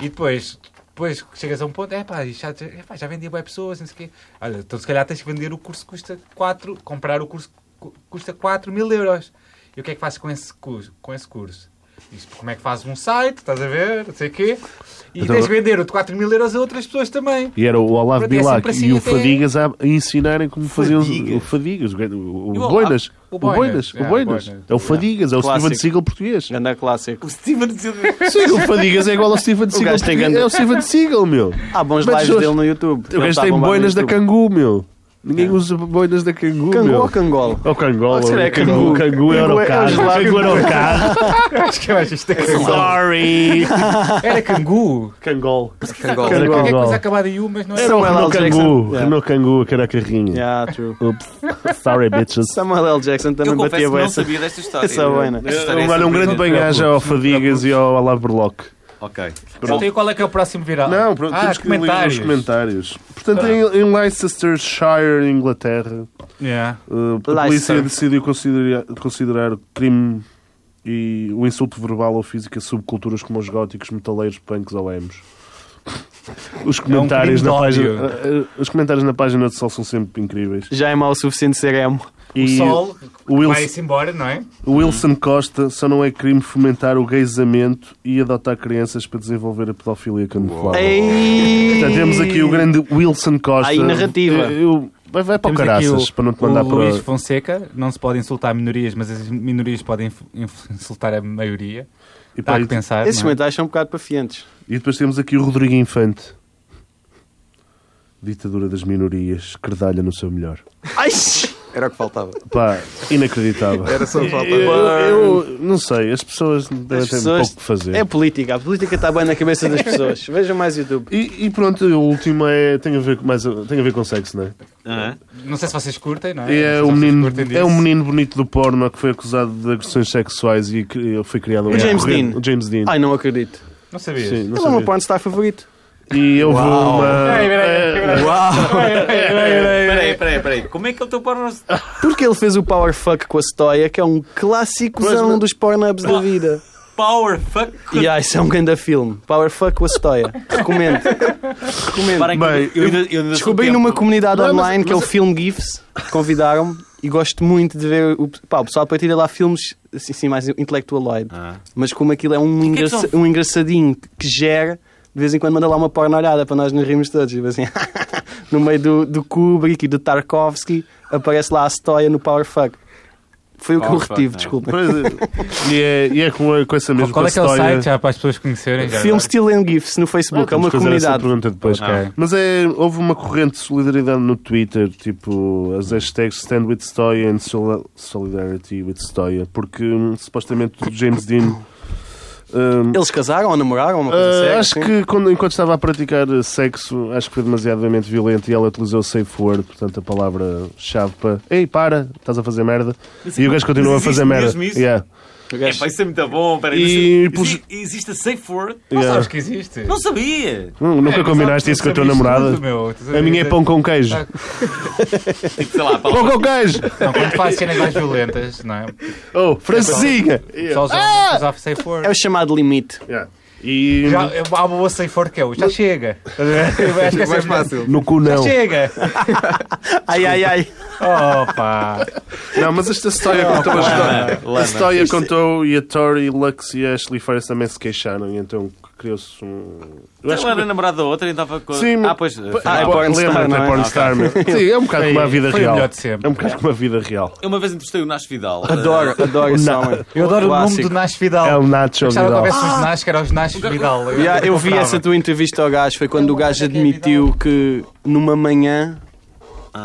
Speaker 6: E depois, depois chegas a um ponto, é pá, isto já, é pá, já vendi bem pessoas, não sei o quê. Olha, então se calhar tens que vender o curso que custa 4, comprar o curso que cu- custa 4 mil euros. E o que é que fazes com esse curso? Com esse curso? Isto, como é que fazes um site, estás a ver, não sei o quê. E
Speaker 3: Então-
Speaker 6: tens que vender o de 4 mil euros a outras pessoas também.
Speaker 3: E era o Olavo
Speaker 6: Pronto, é
Speaker 3: Bilac
Speaker 6: sempre assim
Speaker 3: e o
Speaker 6: até-
Speaker 3: Fadigas a ensinarem como faziam
Speaker 1: Fadigas.
Speaker 3: o Fadigas, o, o,
Speaker 1: E
Speaker 3: o
Speaker 1: o Olavo?
Speaker 3: Boinas.
Speaker 6: O
Speaker 3: O Boinas, o
Speaker 6: Yeah,
Speaker 3: Boinas. É o Fadigas, é o
Speaker 5: um Clássico. É
Speaker 3: Steven Seagal português.
Speaker 5: Ganda clássico.
Speaker 1: O Steven Seagal.
Speaker 3: Sim, o Fadigas é igual ao Steven Seagal
Speaker 5: gajo tem
Speaker 3: português.
Speaker 5: ganda-
Speaker 3: É o Steven Seagal, meu.
Speaker 5: Há bons
Speaker 3: Mas
Speaker 5: lives
Speaker 3: hoje-
Speaker 5: dele no YouTube.
Speaker 3: O
Speaker 5: Ele
Speaker 3: gajo
Speaker 5: tá
Speaker 3: tem
Speaker 5: bombado no
Speaker 3: boinas da
Speaker 5: YouTube. É.
Speaker 3: Cangu, meu. Ninguém usa boinas da Cangu,
Speaker 5: Cangu ou
Speaker 3: meu.
Speaker 5: Cangol?
Speaker 3: Ou Cangola,
Speaker 5: Ou será
Speaker 3: ou
Speaker 5: que é
Speaker 3: Cangu.
Speaker 5: Cangu?
Speaker 3: Cangu era o
Speaker 5: Cangu é- é os
Speaker 3: carro.
Speaker 5: lados.
Speaker 3: Cangu era o carro.
Speaker 6: Acho que eu acho isto é cangol.
Speaker 3: Sorry.
Speaker 6: Era cangu.
Speaker 3: Cangol.
Speaker 4: Cangol.
Speaker 3: Cangol.
Speaker 6: Era qualquer coisa acabada em U, mas não é. era.
Speaker 3: Era o
Speaker 5: Samuel
Speaker 3: Renault
Speaker 5: L. Jackson. É.
Speaker 3: Cangu.
Speaker 5: Yeah.
Speaker 3: Renault Cangu, que era a carrinha.
Speaker 5: Yeah, true.
Speaker 3: Oops. Sorry, bitches.
Speaker 5: Samuel L. Jackson também
Speaker 1: Eu confesso
Speaker 5: batia
Speaker 1: que não
Speaker 5: bem essa.
Speaker 1: sabia desta história.
Speaker 5: essa boina.
Speaker 1: Esta história é
Speaker 3: Um, olha, um grande
Speaker 1: surpreendente.
Speaker 3: banhagem ao Fadigas e ao Alav Berloc.
Speaker 1: Ok.
Speaker 6: Então, e qual é que é o próximo viral?
Speaker 3: Não, pronto,
Speaker 6: ah,
Speaker 3: temos que ler os
Speaker 6: comentários. Ah.
Speaker 3: comentários. Portanto, em, em Leicestershire, em Inglaterra,
Speaker 6: Yeah.
Speaker 3: uh, a polícia
Speaker 5: Leicester.
Speaker 3: decidiu considerar, considerar crime e o insulto verbal ou físico a subculturas como os góticos, metaleiros, punks ou emos. Os comentários,
Speaker 6: É um crime
Speaker 3: na
Speaker 6: de
Speaker 3: página,
Speaker 6: ódio.
Speaker 3: uh, uh, os comentários na página do Sol são sempre incríveis.
Speaker 5: Já é mau o suficiente ser emo.
Speaker 6: O
Speaker 3: E
Speaker 6: sol
Speaker 3: o Wilson-
Speaker 6: vai-se embora, não é?
Speaker 3: o Wilson Costa só não é crime fomentar o gaysamento e adotar crianças para desenvolver a pedofilia camuflada.
Speaker 5: Ei!
Speaker 3: Portanto, temos aqui o grande Wilson Costa.
Speaker 5: Aí, narrativa.
Speaker 3: Eu- vai, vai para o
Speaker 6: Temos aqui
Speaker 3: caraças, para não te mandar
Speaker 6: o
Speaker 3: para.
Speaker 6: Luís Fonseca, não se pode insultar minorias, mas as minorias podem inf- inf- insultar a maioria.
Speaker 3: E,
Speaker 6: Dá
Speaker 3: pá,
Speaker 6: que
Speaker 3: e,
Speaker 6: pensar.
Speaker 5: Esses
Speaker 6: não é?
Speaker 5: comentários são um bocado pafientes.
Speaker 3: e depois temos aqui o Rodrigo Infante. Ditadura das minorias, credalha no seu melhor.
Speaker 5: Ai!
Speaker 4: Era o que faltava.
Speaker 3: Pá, inacreditável.
Speaker 4: Era só o que
Speaker 3: Eu,
Speaker 4: faltava.
Speaker 3: eu não sei, as pessoas devem ter
Speaker 5: pessoas-
Speaker 3: pouco que fazer.
Speaker 5: É política. A política está bem na cabeça das pessoas. Vejam mais YouTube.
Speaker 3: E, e pronto, o último é, tem, a ver, com- mais, tem a ver com sexo, não é?
Speaker 1: Aham.
Speaker 6: Não sei se vocês curtem, não é?
Speaker 3: E
Speaker 6: Não sei
Speaker 3: é
Speaker 6: se
Speaker 3: um,
Speaker 6: vocês
Speaker 3: menino,
Speaker 6: curtem
Speaker 3: é
Speaker 6: disso.
Speaker 3: um menino bonito do porno que foi acusado de agressões sexuais e que- foi criado um
Speaker 5: O James
Speaker 3: corrente-
Speaker 5: Dean.
Speaker 3: O James Dean.
Speaker 5: Ai, não acredito.
Speaker 6: Não sabias?
Speaker 3: Sim, não
Speaker 5: Ele é o meu
Speaker 3: sabia.
Speaker 5: pornstar favorito.
Speaker 3: E eu vou uma.
Speaker 6: Peraí, peraí,
Speaker 3: é,
Speaker 6: peraí,
Speaker 1: Peraí, peraí, peraí. Como é que ele teu porno...
Speaker 5: Porque ele fez o Power Fuck com a Stoia, que é um clássicozão
Speaker 3: Pois, mas-
Speaker 5: dos pornubs da vida.
Speaker 1: Power fuck...
Speaker 5: E ah, isso é um grande filme. Power Fuck com a Stoia. Recomendo. Recomendo.
Speaker 1: Parem,
Speaker 3: Bem,
Speaker 1: eu ainda- eu ainda sou
Speaker 5: Descobri
Speaker 1: tempo.
Speaker 5: numa comunidade
Speaker 3: Não, mas-
Speaker 5: online que é o Film GIFs. Convidaram-me e gosto muito de ver. O, pá, o pessoal partilha lá filmes assim, assim, mais intelectualoide.
Speaker 1: Ah.
Speaker 5: Mas como aquilo é um,
Speaker 1: que é que
Speaker 5: engraça- um engraçadinho que gera, de vez em quando manda lá uma porno olhada para nós nos rimos todos. Tipo assim, no meio do, do Kubrick e do Tarkovsky, aparece lá a Stoia no Power Fuck. Foi o que eu
Speaker 1: Power Fuck,
Speaker 5: retive,
Speaker 1: não é?
Speaker 5: desculpa.
Speaker 3: Pois é. E é, e é com, a- com essa mesma
Speaker 6: Qual é que é o
Speaker 3: história.
Speaker 6: site, já, para as pessoas conhecerem? já
Speaker 5: Film
Speaker 6: agora?
Speaker 5: Still and GIFs no
Speaker 3: Ah,
Speaker 5: Facebook, é
Speaker 3: temos
Speaker 5: uma
Speaker 3: que fazer essa
Speaker 5: comunidade.
Speaker 3: pergunta depois.
Speaker 6: Ah, Ok.
Speaker 3: Mas é, houve uma corrente de solidariedade no Twitter, tipo as hashtags Stand with Stoia and Sol- Solidarity with Stoia, porque hum, supostamente o James Dean. hum,
Speaker 5: Eles casaram ou namoraram? Uma coisa
Speaker 3: ah,
Speaker 5: séria,
Speaker 3: acho
Speaker 5: assim?
Speaker 3: que quando, enquanto estava a praticar sexo, acho que foi demasiadamente violento e ela utilizou o safe word, portanto a palavra-chave para ei, para, estás a fazer merda. E o gajo continua a
Speaker 1: mas existe
Speaker 3: fazer merda.
Speaker 1: mesmo isso?
Speaker 3: Yeah.
Speaker 5: O
Speaker 1: É,
Speaker 5: gajo-
Speaker 1: vai ser muito bom. Peraí,
Speaker 3: E
Speaker 1: Exi-
Speaker 3: pus-
Speaker 1: Existe a safe word?
Speaker 6: Não
Speaker 3: Yeah.
Speaker 6: sabes que existe?
Speaker 1: Não sabia.
Speaker 3: Hum, Nunca
Speaker 6: É,
Speaker 3: combinaste
Speaker 6: não
Speaker 3: isso com a tua
Speaker 6: sabias
Speaker 3: namorada?
Speaker 6: tudo, meu. Tu
Speaker 3: A
Speaker 6: sabias-
Speaker 3: minha é pão com queijo.
Speaker 6: Ah.
Speaker 1: Tipo, sei lá,
Speaker 3: Pão
Speaker 1: palavra...
Speaker 3: com queijo!
Speaker 6: Não, quando faz cenas mais violentas, não é?
Speaker 3: Oh, francesinha!
Speaker 5: Então.
Speaker 6: Só os homens
Speaker 3: Ah!
Speaker 6: usam safe
Speaker 5: É
Speaker 6: word.
Speaker 5: o chamado limite.
Speaker 3: Yeah. E
Speaker 6: Já, há uma boa safe word que é o já chega. Eu acho que é
Speaker 4: mais
Speaker 6: sempre-
Speaker 4: fácil. Então,
Speaker 3: no cu
Speaker 6: Já
Speaker 3: não.
Speaker 6: chega!
Speaker 3: É
Speaker 5: Ai, ai, ai.
Speaker 6: Opa!
Speaker 3: Não, mas esta história contou a
Speaker 1: Ah,
Speaker 3: história. A história contou e a Tori, Lux e a Ashley Ferris também se queixaram e então criou-se um. Eu acho
Speaker 1: Ela era
Speaker 3: que.
Speaker 1: namorada da outra e andava com...
Speaker 3: Sim,
Speaker 1: ah,
Speaker 3: mas-
Speaker 1: pois...
Speaker 5: Ah, é
Speaker 1: afinal-
Speaker 5: porn star,
Speaker 3: Lembra-te,
Speaker 5: não
Speaker 3: é
Speaker 5: é?
Speaker 3: pornstar, meu. Sim, é um bocado como a vida
Speaker 6: foi o
Speaker 3: real.
Speaker 6: melhor de sempre.
Speaker 3: É um bocado como a vida real.
Speaker 1: Eu uma vez entrevistei o Nash Vidal.
Speaker 5: Adoro, adoro esse homem.
Speaker 6: Eu adoro o nome
Speaker 5: Clássico.
Speaker 6: do Nash Vidal.
Speaker 3: É o Nacho
Speaker 6: Achava que
Speaker 3: Vidal.
Speaker 6: houvesse
Speaker 1: Ah!
Speaker 6: os Nash, que era os Nash Vidal.
Speaker 5: Yeah, eu vi
Speaker 6: comprava.
Speaker 5: essa tua entrevista ao gajo, foi quando o gajo
Speaker 6: é
Speaker 5: admitiu que numa manhã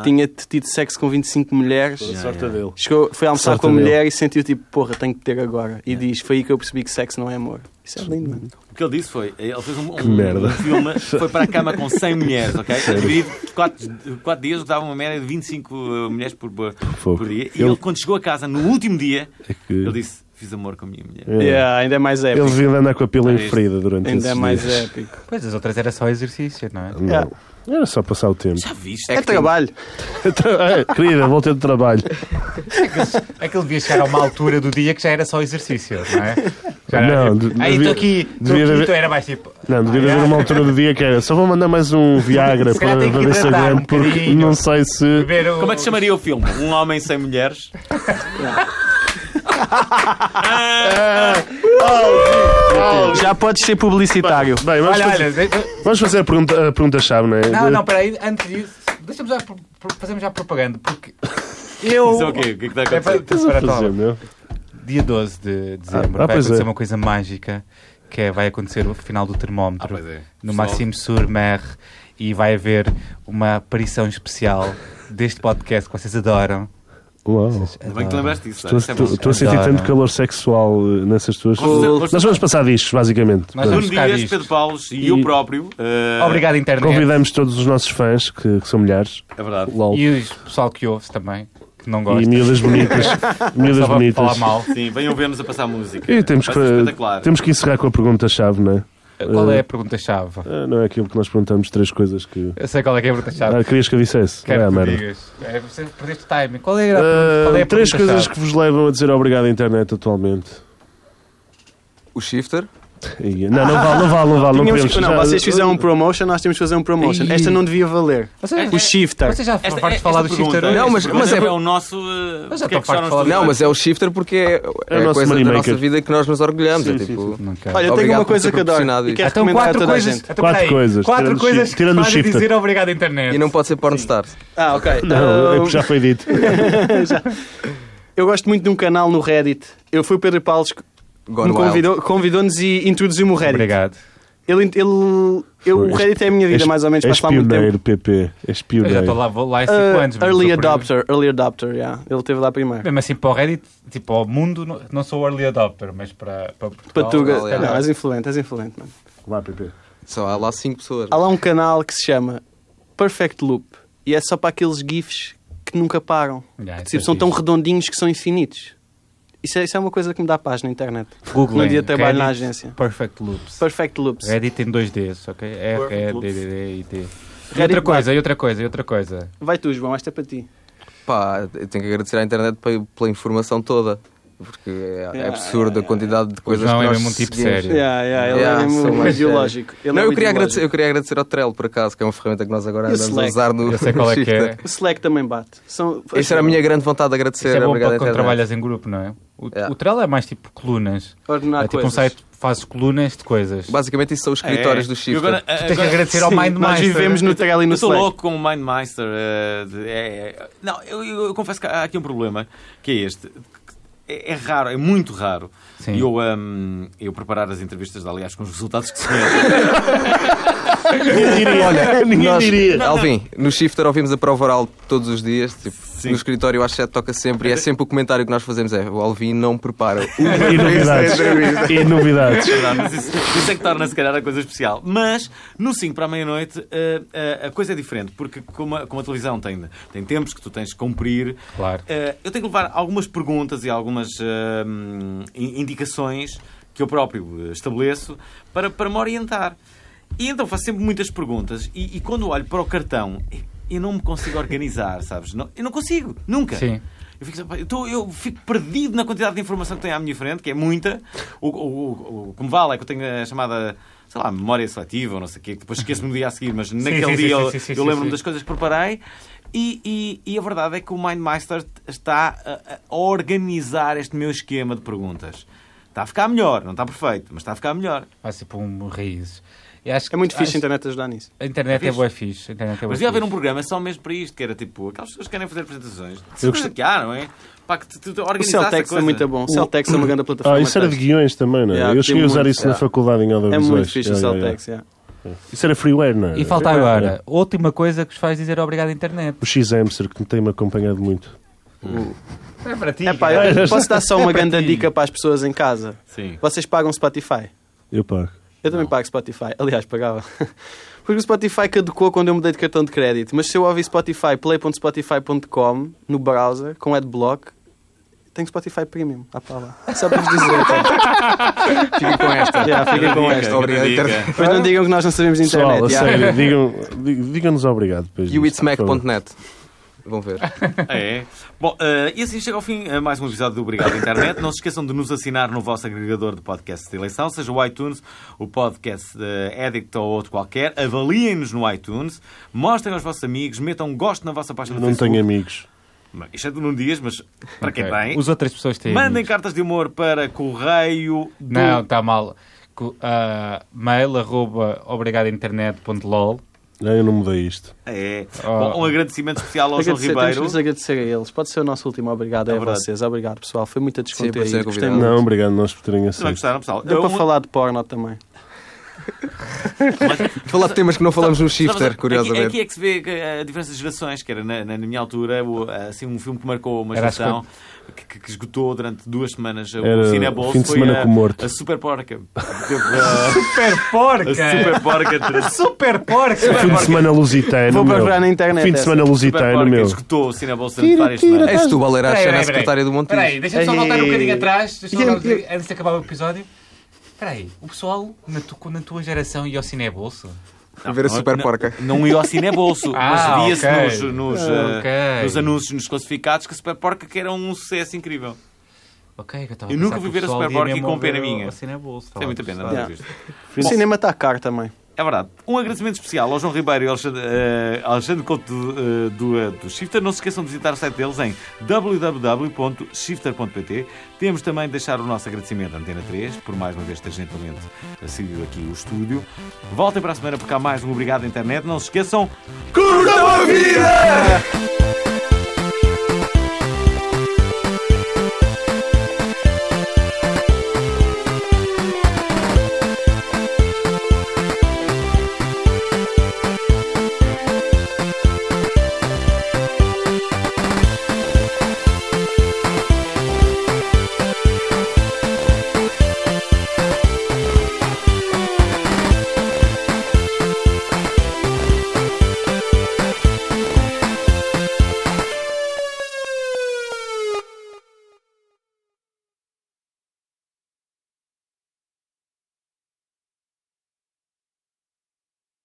Speaker 5: tinha tido sexo com 25 mulheres.
Speaker 3: A sorte dele.
Speaker 5: Chegou, foi almoçar
Speaker 3: Sorte
Speaker 5: com a
Speaker 3: dele.
Speaker 5: mulher e sentiu tipo, porra, tenho que ter agora. E diz, foi aí que eu percebi que sexo não é amor. Isso é lindo, mano.
Speaker 1: O que ele disse foi, ele fez um, um,
Speaker 3: merda.
Speaker 1: um filme, foi para a cama com 100 mulheres, ok? Dividido 4, quatro dias, dava uma média de 25 uh, mulheres por, por,
Speaker 3: Fogo.
Speaker 1: por dia. E
Speaker 3: Ele- É
Speaker 1: ele, quando chegou a casa, no último dia,
Speaker 3: que-
Speaker 1: ele disse, fiz amor com a minha mulher.
Speaker 3: É.
Speaker 5: Yeah, ainda é mais
Speaker 3: Ele
Speaker 5: épico.
Speaker 3: devia andar com a pila
Speaker 1: É isto.
Speaker 3: inferida durante
Speaker 5: Ainda é
Speaker 3: esses
Speaker 5: mais
Speaker 3: dias.
Speaker 5: épico.
Speaker 6: Pois, as outras era só exercício, não é?
Speaker 3: Não. Era só passar o tempo.
Speaker 1: Já viste?
Speaker 5: É, trabalho.
Speaker 3: É, Querida, voltei do trabalho.
Speaker 6: É que ele devia chegar a uma altura do dia que já era só exercício, não é? Já era
Speaker 3: Não,
Speaker 6: tipo,
Speaker 3: de-
Speaker 6: aí estou
Speaker 3: devia-
Speaker 6: aqui, estou
Speaker 3: devia
Speaker 6: aqui,
Speaker 3: haver-
Speaker 6: então era mais tipo...
Speaker 3: Não, devia
Speaker 6: Ah,
Speaker 3: haver
Speaker 6: é?
Speaker 3: uma altura do dia que era. Só vou mandar mais um Viagra
Speaker 6: Se
Speaker 3: para
Speaker 6: calhar
Speaker 3: para
Speaker 6: tem que
Speaker 3: ver se
Speaker 6: hidratar
Speaker 3: aguento,
Speaker 6: um
Speaker 3: porque
Speaker 6: bocadinho.
Speaker 3: não sei se.
Speaker 6: Ver o-
Speaker 1: Como é que se chamaria o filme? Um homem sem mulheres?
Speaker 5: Já podes ser publicitário.
Speaker 3: Bem, vamos
Speaker 6: Olha,
Speaker 3: fazer,
Speaker 6: olha, de-
Speaker 3: vamos fazer a pergunta-chave, a pergunta não é?
Speaker 6: Não, não, peraí, antes disso, deixa-me já, pro- pro- fazemos já propaganda, porque
Speaker 5: Eu.
Speaker 1: Isso é o quê? O que é que está a
Speaker 6: É para,
Speaker 1: acontecer?
Speaker 3: Estás a
Speaker 6: para
Speaker 3: fazer,
Speaker 6: tal.
Speaker 3: meu?
Speaker 6: Dia 12 de dezembro
Speaker 3: Ah, ah,
Speaker 6: vai
Speaker 3: pois
Speaker 6: acontecer
Speaker 3: é.
Speaker 6: uma coisa mágica que é, vai acontecer o final do
Speaker 1: Ah,
Speaker 6: termómetro
Speaker 1: pois é.
Speaker 6: no
Speaker 1: Pessoal-
Speaker 6: Maxime sur mer e vai haver uma aparição especial deste podcast que vocês adoram.
Speaker 3: Uau.
Speaker 1: Ainda bem que te lembraste disso. Sara,
Speaker 3: Estou,
Speaker 1: isso é bom.
Speaker 3: estou- estou a sentir
Speaker 6: Adoro.
Speaker 3: assim tanto calor sexual eh, nessas tuas.
Speaker 1: Vamos fazer-
Speaker 3: Nós vamos passar disto, basicamente.
Speaker 6: Nós
Speaker 3: Pronto.
Speaker 1: Nuno
Speaker 6: vamos buscar
Speaker 1: Dias,
Speaker 6: isto.
Speaker 1: Pedro Paulos e,
Speaker 3: E-
Speaker 1: eu próprio. eh,
Speaker 6: Obrigado, internet.
Speaker 3: Convidamos todos os nossos fãs, que, que são milhares,
Speaker 1: É verdade.
Speaker 3: lol, e,
Speaker 6: E o pessoal que ouve também, que não gosta.
Speaker 3: miúdas bonitas.
Speaker 6: só
Speaker 3: miúdas
Speaker 6: vai falar
Speaker 3: bonitas.
Speaker 6: mal.
Speaker 1: Sim, venham ver-nos a passar música.
Speaker 3: E temos
Speaker 1: Vai
Speaker 3: que,
Speaker 1: ser é espetacular.
Speaker 3: temos que encerrar com a pergunta-chave, não é?
Speaker 6: Qual é a pergunta-chave?
Speaker 3: Ah, não é aquilo que nós perguntamos três coisas que.
Speaker 6: Eu sei qual é que é a pergunta-chave.
Speaker 3: Ah, querias que eu dissesse?
Speaker 6: Quero
Speaker 3: Ah,
Speaker 6: que tu
Speaker 3: merda.
Speaker 6: digas. É, você perdeste o timing. Qual é a,
Speaker 3: Ah,
Speaker 6: qual é a
Speaker 3: três coisas
Speaker 6: pergunta-chave?
Speaker 3: que vos levam a dizer obrigado à internet atualmente.
Speaker 4: O shifter,
Speaker 3: E- Não, não vale, não vale, não vale. Não
Speaker 5: Tínhamos
Speaker 3: podemos.
Speaker 5: que- não,
Speaker 3: já-
Speaker 5: vocês fizeram um promotion, nós temos que fazer um promotion.
Speaker 6: Ih.
Speaker 5: Esta não devia valer.
Speaker 6: Vocês-
Speaker 5: O shifter.
Speaker 6: Você já
Speaker 1: Esta- é
Speaker 6: farto de
Speaker 1: esta
Speaker 6: falar do
Speaker 1: pergunta-
Speaker 6: shifter?
Speaker 1: esta
Speaker 4: Não, mas-
Speaker 1: pergunta
Speaker 4: mas é-
Speaker 1: é o nosso. eh,
Speaker 6: Mas já
Speaker 1: porque é
Speaker 6: estou
Speaker 1: que
Speaker 6: farto de
Speaker 1: fecharam
Speaker 6: falar
Speaker 1: os
Speaker 6: disso.
Speaker 4: não, mas é o shifter porque é,
Speaker 3: É o
Speaker 4: a
Speaker 3: nosso
Speaker 4: coisa da
Speaker 3: moneymaker.
Speaker 4: nossa vida que nós nos orgulhamos. é tipo,
Speaker 6: Não quero.
Speaker 5: Olha, eu tenho
Speaker 4: Obrigado
Speaker 5: uma
Speaker 4: por
Speaker 5: coisa
Speaker 4: ter
Speaker 5: que adoro.
Speaker 4: proporcionado
Speaker 5: E
Speaker 4: isto.
Speaker 5: quero
Speaker 6: Então,
Speaker 5: recomendar a
Speaker 6: quatro
Speaker 5: toda a
Speaker 6: coisas.
Speaker 5: gente.
Speaker 6: Então,
Speaker 3: Quatro
Speaker 6: peraí.
Speaker 3: coisas,
Speaker 6: Quatro
Speaker 3: tirando o
Speaker 6: coisas
Speaker 3: shifter.
Speaker 6: que
Speaker 3: Tirando o
Speaker 6: fazem
Speaker 3: shifter.
Speaker 6: dizer obrigado à internet.
Speaker 4: E não pode ser pornstar.
Speaker 5: Ah, ok.
Speaker 3: Não, é
Speaker 5: Ah,
Speaker 3: porque já foi dito.
Speaker 5: Eu gosto muito de um canal no Reddit. Eu fui o Pedro Paulos que
Speaker 4: Gone
Speaker 5: me
Speaker 4: Wild.
Speaker 5: convidou- convidou-nos e introduziu-me o Reddit.
Speaker 6: Obrigado.
Speaker 5: Ele, ele, eu, o Reddit é a minha vida,
Speaker 3: És-
Speaker 5: mais ou menos,
Speaker 3: És
Speaker 5: faz lá muito tempo.
Speaker 3: pioneiro, PP. És
Speaker 6: Eu já
Speaker 3: pioneiro.
Speaker 6: estou lá, vou lá há cinco
Speaker 5: Ah,
Speaker 6: anos. mas
Speaker 5: early
Speaker 6: estou por-
Speaker 5: adopter, early adopter, yeah. ele esteve lá primeiro.
Speaker 6: Mesmo assim, para o Reddit, tipo, ao mundo, não, não sou early adopter, mas para, para
Speaker 5: Para
Speaker 6: Portugal...
Speaker 5: tu,
Speaker 4: Portugal, yeah.
Speaker 5: não, és influente, és influente, mano.
Speaker 3: Lá, PP.
Speaker 4: Só há lá cinco pessoas.
Speaker 5: Há lá um canal que se chama Perfect Loop e é só para aqueles GIFs que nunca param.
Speaker 6: Yeah,
Speaker 5: que
Speaker 6: isso é
Speaker 5: tipo, são tão
Speaker 6: fixe.
Speaker 5: redondinhos que são infinitos. Isso é, isso é uma coisa que me dá paz na internet.
Speaker 6: Googling,
Speaker 5: Um dia trabalho na
Speaker 6: é Reddit
Speaker 5: agência.
Speaker 6: Perfect Loops.
Speaker 5: Perfect Loops.
Speaker 6: Reddit tem dois Ds, ok? R, E, D, D, D, I, T. E
Speaker 5: Reddit
Speaker 6: outra coisa, e outra coisa, e outra coisa.
Speaker 5: Vai tu, João, esta é para ti.
Speaker 4: Pá, eu tenho que agradecer à internet pe- pela informação toda. Porque é, é absurdo a quantidade de coisas
Speaker 6: João
Speaker 4: que
Speaker 6: é
Speaker 4: nós
Speaker 6: mesmo um tipo
Speaker 4: seguimos.
Speaker 6: sério.
Speaker 5: Yeah, yeah, ele é
Speaker 4: Yeah, sou
Speaker 5: mesmo
Speaker 4: mais sério.
Speaker 5: ideológico. Ele
Speaker 4: não,
Speaker 5: é
Speaker 4: eu
Speaker 5: muito ideológico.
Speaker 4: queria, agradecer, eu queria agradecer ao Trello, por acaso, que é uma ferramenta que nós agora
Speaker 5: E o
Speaker 4: andamos a
Speaker 5: Slack?
Speaker 4: usar no
Speaker 6: Eu sei qual é que é.
Speaker 4: Shifter.
Speaker 5: O Slack também bate. São,
Speaker 4: Essa era a minha grande vontade de
Speaker 6: Isso
Speaker 4: agradecer.
Speaker 6: é bom
Speaker 4: Obrigado à
Speaker 6: para quando
Speaker 4: internet.
Speaker 6: trabalhas em grupo, não é? O,
Speaker 4: Yeah.
Speaker 6: o Trello é mais tipo colunas.
Speaker 5: Ordenar
Speaker 6: é tipo um
Speaker 5: coisas.
Speaker 6: site que fazes colunas de coisas.
Speaker 4: Basicamente, isso são os escritórios
Speaker 1: É.
Speaker 4: do
Speaker 1: E
Speaker 4: Shifter.
Speaker 1: agora-
Speaker 6: Tu tens que
Speaker 1: agora-
Speaker 6: agradecer ao
Speaker 5: Sim,
Speaker 6: Mindmaster.
Speaker 5: Nós vivemos no Trello e
Speaker 1: Eu
Speaker 5: no
Speaker 1: estou
Speaker 5: Slack.
Speaker 1: louco com o Mindmeister. eh, de- é- é- não, eu, eu- eu confesso que há aqui um problema, que é este. É, é raro, é muito raro.
Speaker 6: Sim.
Speaker 1: Eu, hum, eu preparar as entrevistas, aliás, com os resultados que se metem.
Speaker 4: Olha,
Speaker 1: Ah,
Speaker 3: Ninguém
Speaker 4: nós,
Speaker 3: diria.
Speaker 4: Alvin, no Shifter ouvimos a prova oral todos os dias. Tipo, no escritório às 7 toca sempre e é sempre o comentário que nós fazemos: é o Alvin não prepara.
Speaker 3: E novidades.
Speaker 5: é
Speaker 3: E novidades.
Speaker 1: Verdade, mas isso, isso é que torna se calhar a coisa especial. Mas no 5 para a meia-noite eh, a- a coisa é diferente, porque como a, como a televisão tem, tem tempos que tu tens que cumprir,
Speaker 6: Claro.
Speaker 1: eh, eu tenho que levar algumas perguntas e algumas eh, hum, in- indicações que eu próprio eh, estabeleço para, para me orientar. E então faço sempre muitas perguntas e, e quando olho para o cartão. eh, Eu não me consigo organizar, sabes? Não- eu não consigo, nunca.
Speaker 6: Sim.
Speaker 1: Eu fico, sempre- eu, tô- eu fico perdido na quantidade de informação que tenho à minha frente, que é muita. O, o, o, o que me vale é que eu tenho a chamada, sei lá, memória seletiva ou não sei o quê, que depois esqueço-me no dia a seguir, mas naquele
Speaker 6: sim, sim,
Speaker 1: dia eu,
Speaker 6: sim, sim,
Speaker 1: eu
Speaker 6: sim,
Speaker 1: lembro-me
Speaker 6: sim.
Speaker 1: das coisas que preparei. E, e- e a verdade é que o Mindmeister está a, a organizar este meu esquema de perguntas. Está a ficar melhor, não está perfeito, mas está a ficar melhor.
Speaker 6: Faz tipo um raízes. E acho
Speaker 5: É muito
Speaker 1: Ah,
Speaker 5: fixe a
Speaker 6: acho-
Speaker 5: internet ajudar nisso.
Speaker 6: A internet é
Speaker 1: fixe?
Speaker 6: boa fixe. A internet é bué
Speaker 1: Mas devia haver
Speaker 6: fixe.
Speaker 1: um programa só mesmo para isto, que era tipo, aquelas pessoas que querem fazer apresentações. Que
Speaker 3: Eu
Speaker 1: coisa
Speaker 3: gost-
Speaker 1: que há, não é? Pá, que tu, tu, tu
Speaker 5: O
Speaker 1: organizaste a
Speaker 5: Celtex é
Speaker 1: coisa.
Speaker 5: muito bom. O Celtex é uma grande plataforma.
Speaker 3: Ah, isso era de
Speaker 5: texto.
Speaker 3: guiões também, não é?
Speaker 5: Yeah,
Speaker 3: eu cheguei a
Speaker 5: tem
Speaker 3: usar
Speaker 5: muito,
Speaker 3: isso na
Speaker 4: yeah.
Speaker 3: faculdade em
Speaker 5: É
Speaker 3: audiovisuais.
Speaker 5: muito fixe o
Speaker 3: Ah, Yeah, yeah,
Speaker 5: Celtex, yeah.
Speaker 3: yeah. Isso era freeware, não é?
Speaker 6: E falta
Speaker 3: É,
Speaker 6: agora,
Speaker 3: é.
Speaker 6: última coisa que vos faz dizer obrigado à internet.
Speaker 3: O X-Amster, que me tem-me acompanhado muito.
Speaker 6: É para ti.
Speaker 5: É pá, eu posso dar só uma grande dica para as pessoas em casa?
Speaker 1: Sim.
Speaker 5: Vocês pagam Spotify?
Speaker 3: Eu pago.
Speaker 5: Eu também pago Spotify. Aliás, pagava. Porque o Spotify caducou quando eu mudei de cartão de crédito. Mas se eu ouvir Spotify, play.spotify.com, no browser, com adblock, tenho Spotify Premium. Ah, pá lá. Só para vos dizer. então.
Speaker 4: Fiquem com esta.
Speaker 5: yeah, fiquem com esta.
Speaker 4: Obrigado,
Speaker 1: Dica.
Speaker 4: internet.
Speaker 5: Depois não digam que nós não sabemos de internet.
Speaker 3: Pessoal, a
Speaker 5: yeah.
Speaker 3: sério, digam- dig- digam-nos obrigado. depois
Speaker 4: E o
Speaker 3: disto, por favor.
Speaker 4: itsmac.net. Vão ver.
Speaker 1: É. Bom, eh, e assim chega ao fim eh, mais um episódio do Obrigado Internet. Não se esqueçam de nos assinar no vosso agregador de podcast de eleição, seja o iTunes, o podcast eh, Addict ou outro qualquer. Avaliem-nos no iTunes, mostrem aos vossos amigos, metam um gosto na vossa página do
Speaker 3: Não
Speaker 1: Facebook.
Speaker 3: tenho amigos.
Speaker 1: Bem, Isto é do Nuno Dias, mas para quem tem.
Speaker 6: Os outras pessoas têm.
Speaker 1: Mandem
Speaker 6: amigos. tá
Speaker 1: cartas de humor para correio do...
Speaker 6: Não, está mal. Co- ah, mail arroba obrigadointernet.lol
Speaker 3: Não, eu não mudei isto.
Speaker 1: É.
Speaker 6: Oh.
Speaker 1: Bom, um agradecimento especial ao João
Speaker 5: Agradecer, temos
Speaker 1: Ribeiro.
Speaker 5: que lhes agradecer a eles. Pode ser o nosso último obrigado
Speaker 1: um? É
Speaker 5: a
Speaker 1: verdade.
Speaker 5: vocês. Obrigado, pessoal. Foi muita
Speaker 4: ser
Speaker 5: descontraído. Gostei
Speaker 4: convidado.
Speaker 5: muito.
Speaker 3: Não, obrigado nós por terem
Speaker 1: Também
Speaker 3: aceito.
Speaker 1: gostaram, pessoal.
Speaker 5: Deu
Speaker 1: Eu-
Speaker 5: para falar de porno também.
Speaker 4: Falar de temas que não falamos no Shifter,
Speaker 1: Sabes,
Speaker 4: curiosamente.
Speaker 1: Aqui, aqui é que se vê que, eh, a diferença de gerações, que era na, na- na minha altura, o, assim, um filme que marcou uma
Speaker 6: Era às
Speaker 1: geração, que, que- que esgotou durante duas semanas o
Speaker 3: Era
Speaker 1: Cinebolso,
Speaker 3: fim de
Speaker 1: foi
Speaker 3: semana
Speaker 1: a,
Speaker 3: com o morto.
Speaker 1: a Super Porca. Teve a,
Speaker 6: É Super
Speaker 1: a
Speaker 6: porca!
Speaker 1: Super Porca. tra-
Speaker 6: Super porca!
Speaker 3: Fim de semana lusitano.
Speaker 5: Vou
Speaker 3: meu.
Speaker 5: procurar na internet
Speaker 3: Fim de
Speaker 5: essa.
Speaker 3: semana
Speaker 1: Super
Speaker 3: lusitano,
Speaker 1: Porca
Speaker 3: meu.
Speaker 1: esgotou o Cinebolso durante
Speaker 3: Tira,
Speaker 1: várias
Speaker 3: tira.
Speaker 1: semanas.
Speaker 4: Em Setúbal era a
Speaker 6: Peraí,
Speaker 4: Xana,
Speaker 6: peraí,
Speaker 4: secretária do Montijo.
Speaker 6: Peraí, deixa-me só
Speaker 5: Ei,
Speaker 6: voltar um
Speaker 5: ei, ei.
Speaker 6: bocadinho atrás, deixa-me só
Speaker 5: Ei,
Speaker 6: voltar um
Speaker 5: ei.
Speaker 6: bocadinho- antes de acabar o episódio. Espera aí, o pessoal na, tu- na tua geração ia ao cinebolso?
Speaker 4: É, Ver a
Speaker 1: Não,
Speaker 4: super
Speaker 1: não-
Speaker 4: porca.
Speaker 1: Não ia ao Cinebolso,
Speaker 6: Ah,
Speaker 1: mas via-se
Speaker 6: ok.
Speaker 1: nos, nos,
Speaker 6: Ah,
Speaker 1: eh,
Speaker 6: ok.
Speaker 1: nos anúncios, nos classificados, que a Super Porca que era um sucesso incrível.
Speaker 6: Ok, que eu estava
Speaker 1: Eu
Speaker 6: a pensar
Speaker 1: nunca
Speaker 6: que
Speaker 1: fui
Speaker 6: o
Speaker 1: ver a
Speaker 6: pessoal
Speaker 1: Super
Speaker 6: ia
Speaker 1: Porca
Speaker 6: mesmo é
Speaker 1: e com pena
Speaker 6: ao-
Speaker 1: minha.
Speaker 6: ao cinebolso, estava
Speaker 1: Tem
Speaker 6: a
Speaker 1: é muita pena.
Speaker 6: gostar.
Speaker 1: nada
Speaker 5: Yeah.
Speaker 1: disto.
Speaker 5: O cinema está caro também.
Speaker 1: É verdade. Um agradecimento especial ao João Ribeiro e ao Alexandre, eh, Alexandre Couto do, eh, do, eh, do Shifter. Não se esqueçam de visitar o site deles em www.shifter.pt. Temos também de deixar o nosso agradecimento à Antena 3 por mais uma vez ter gentilmente assistido aqui o estúdio. Voltem para a semana porque há mais um Obrigado Internet. Não se esqueçam.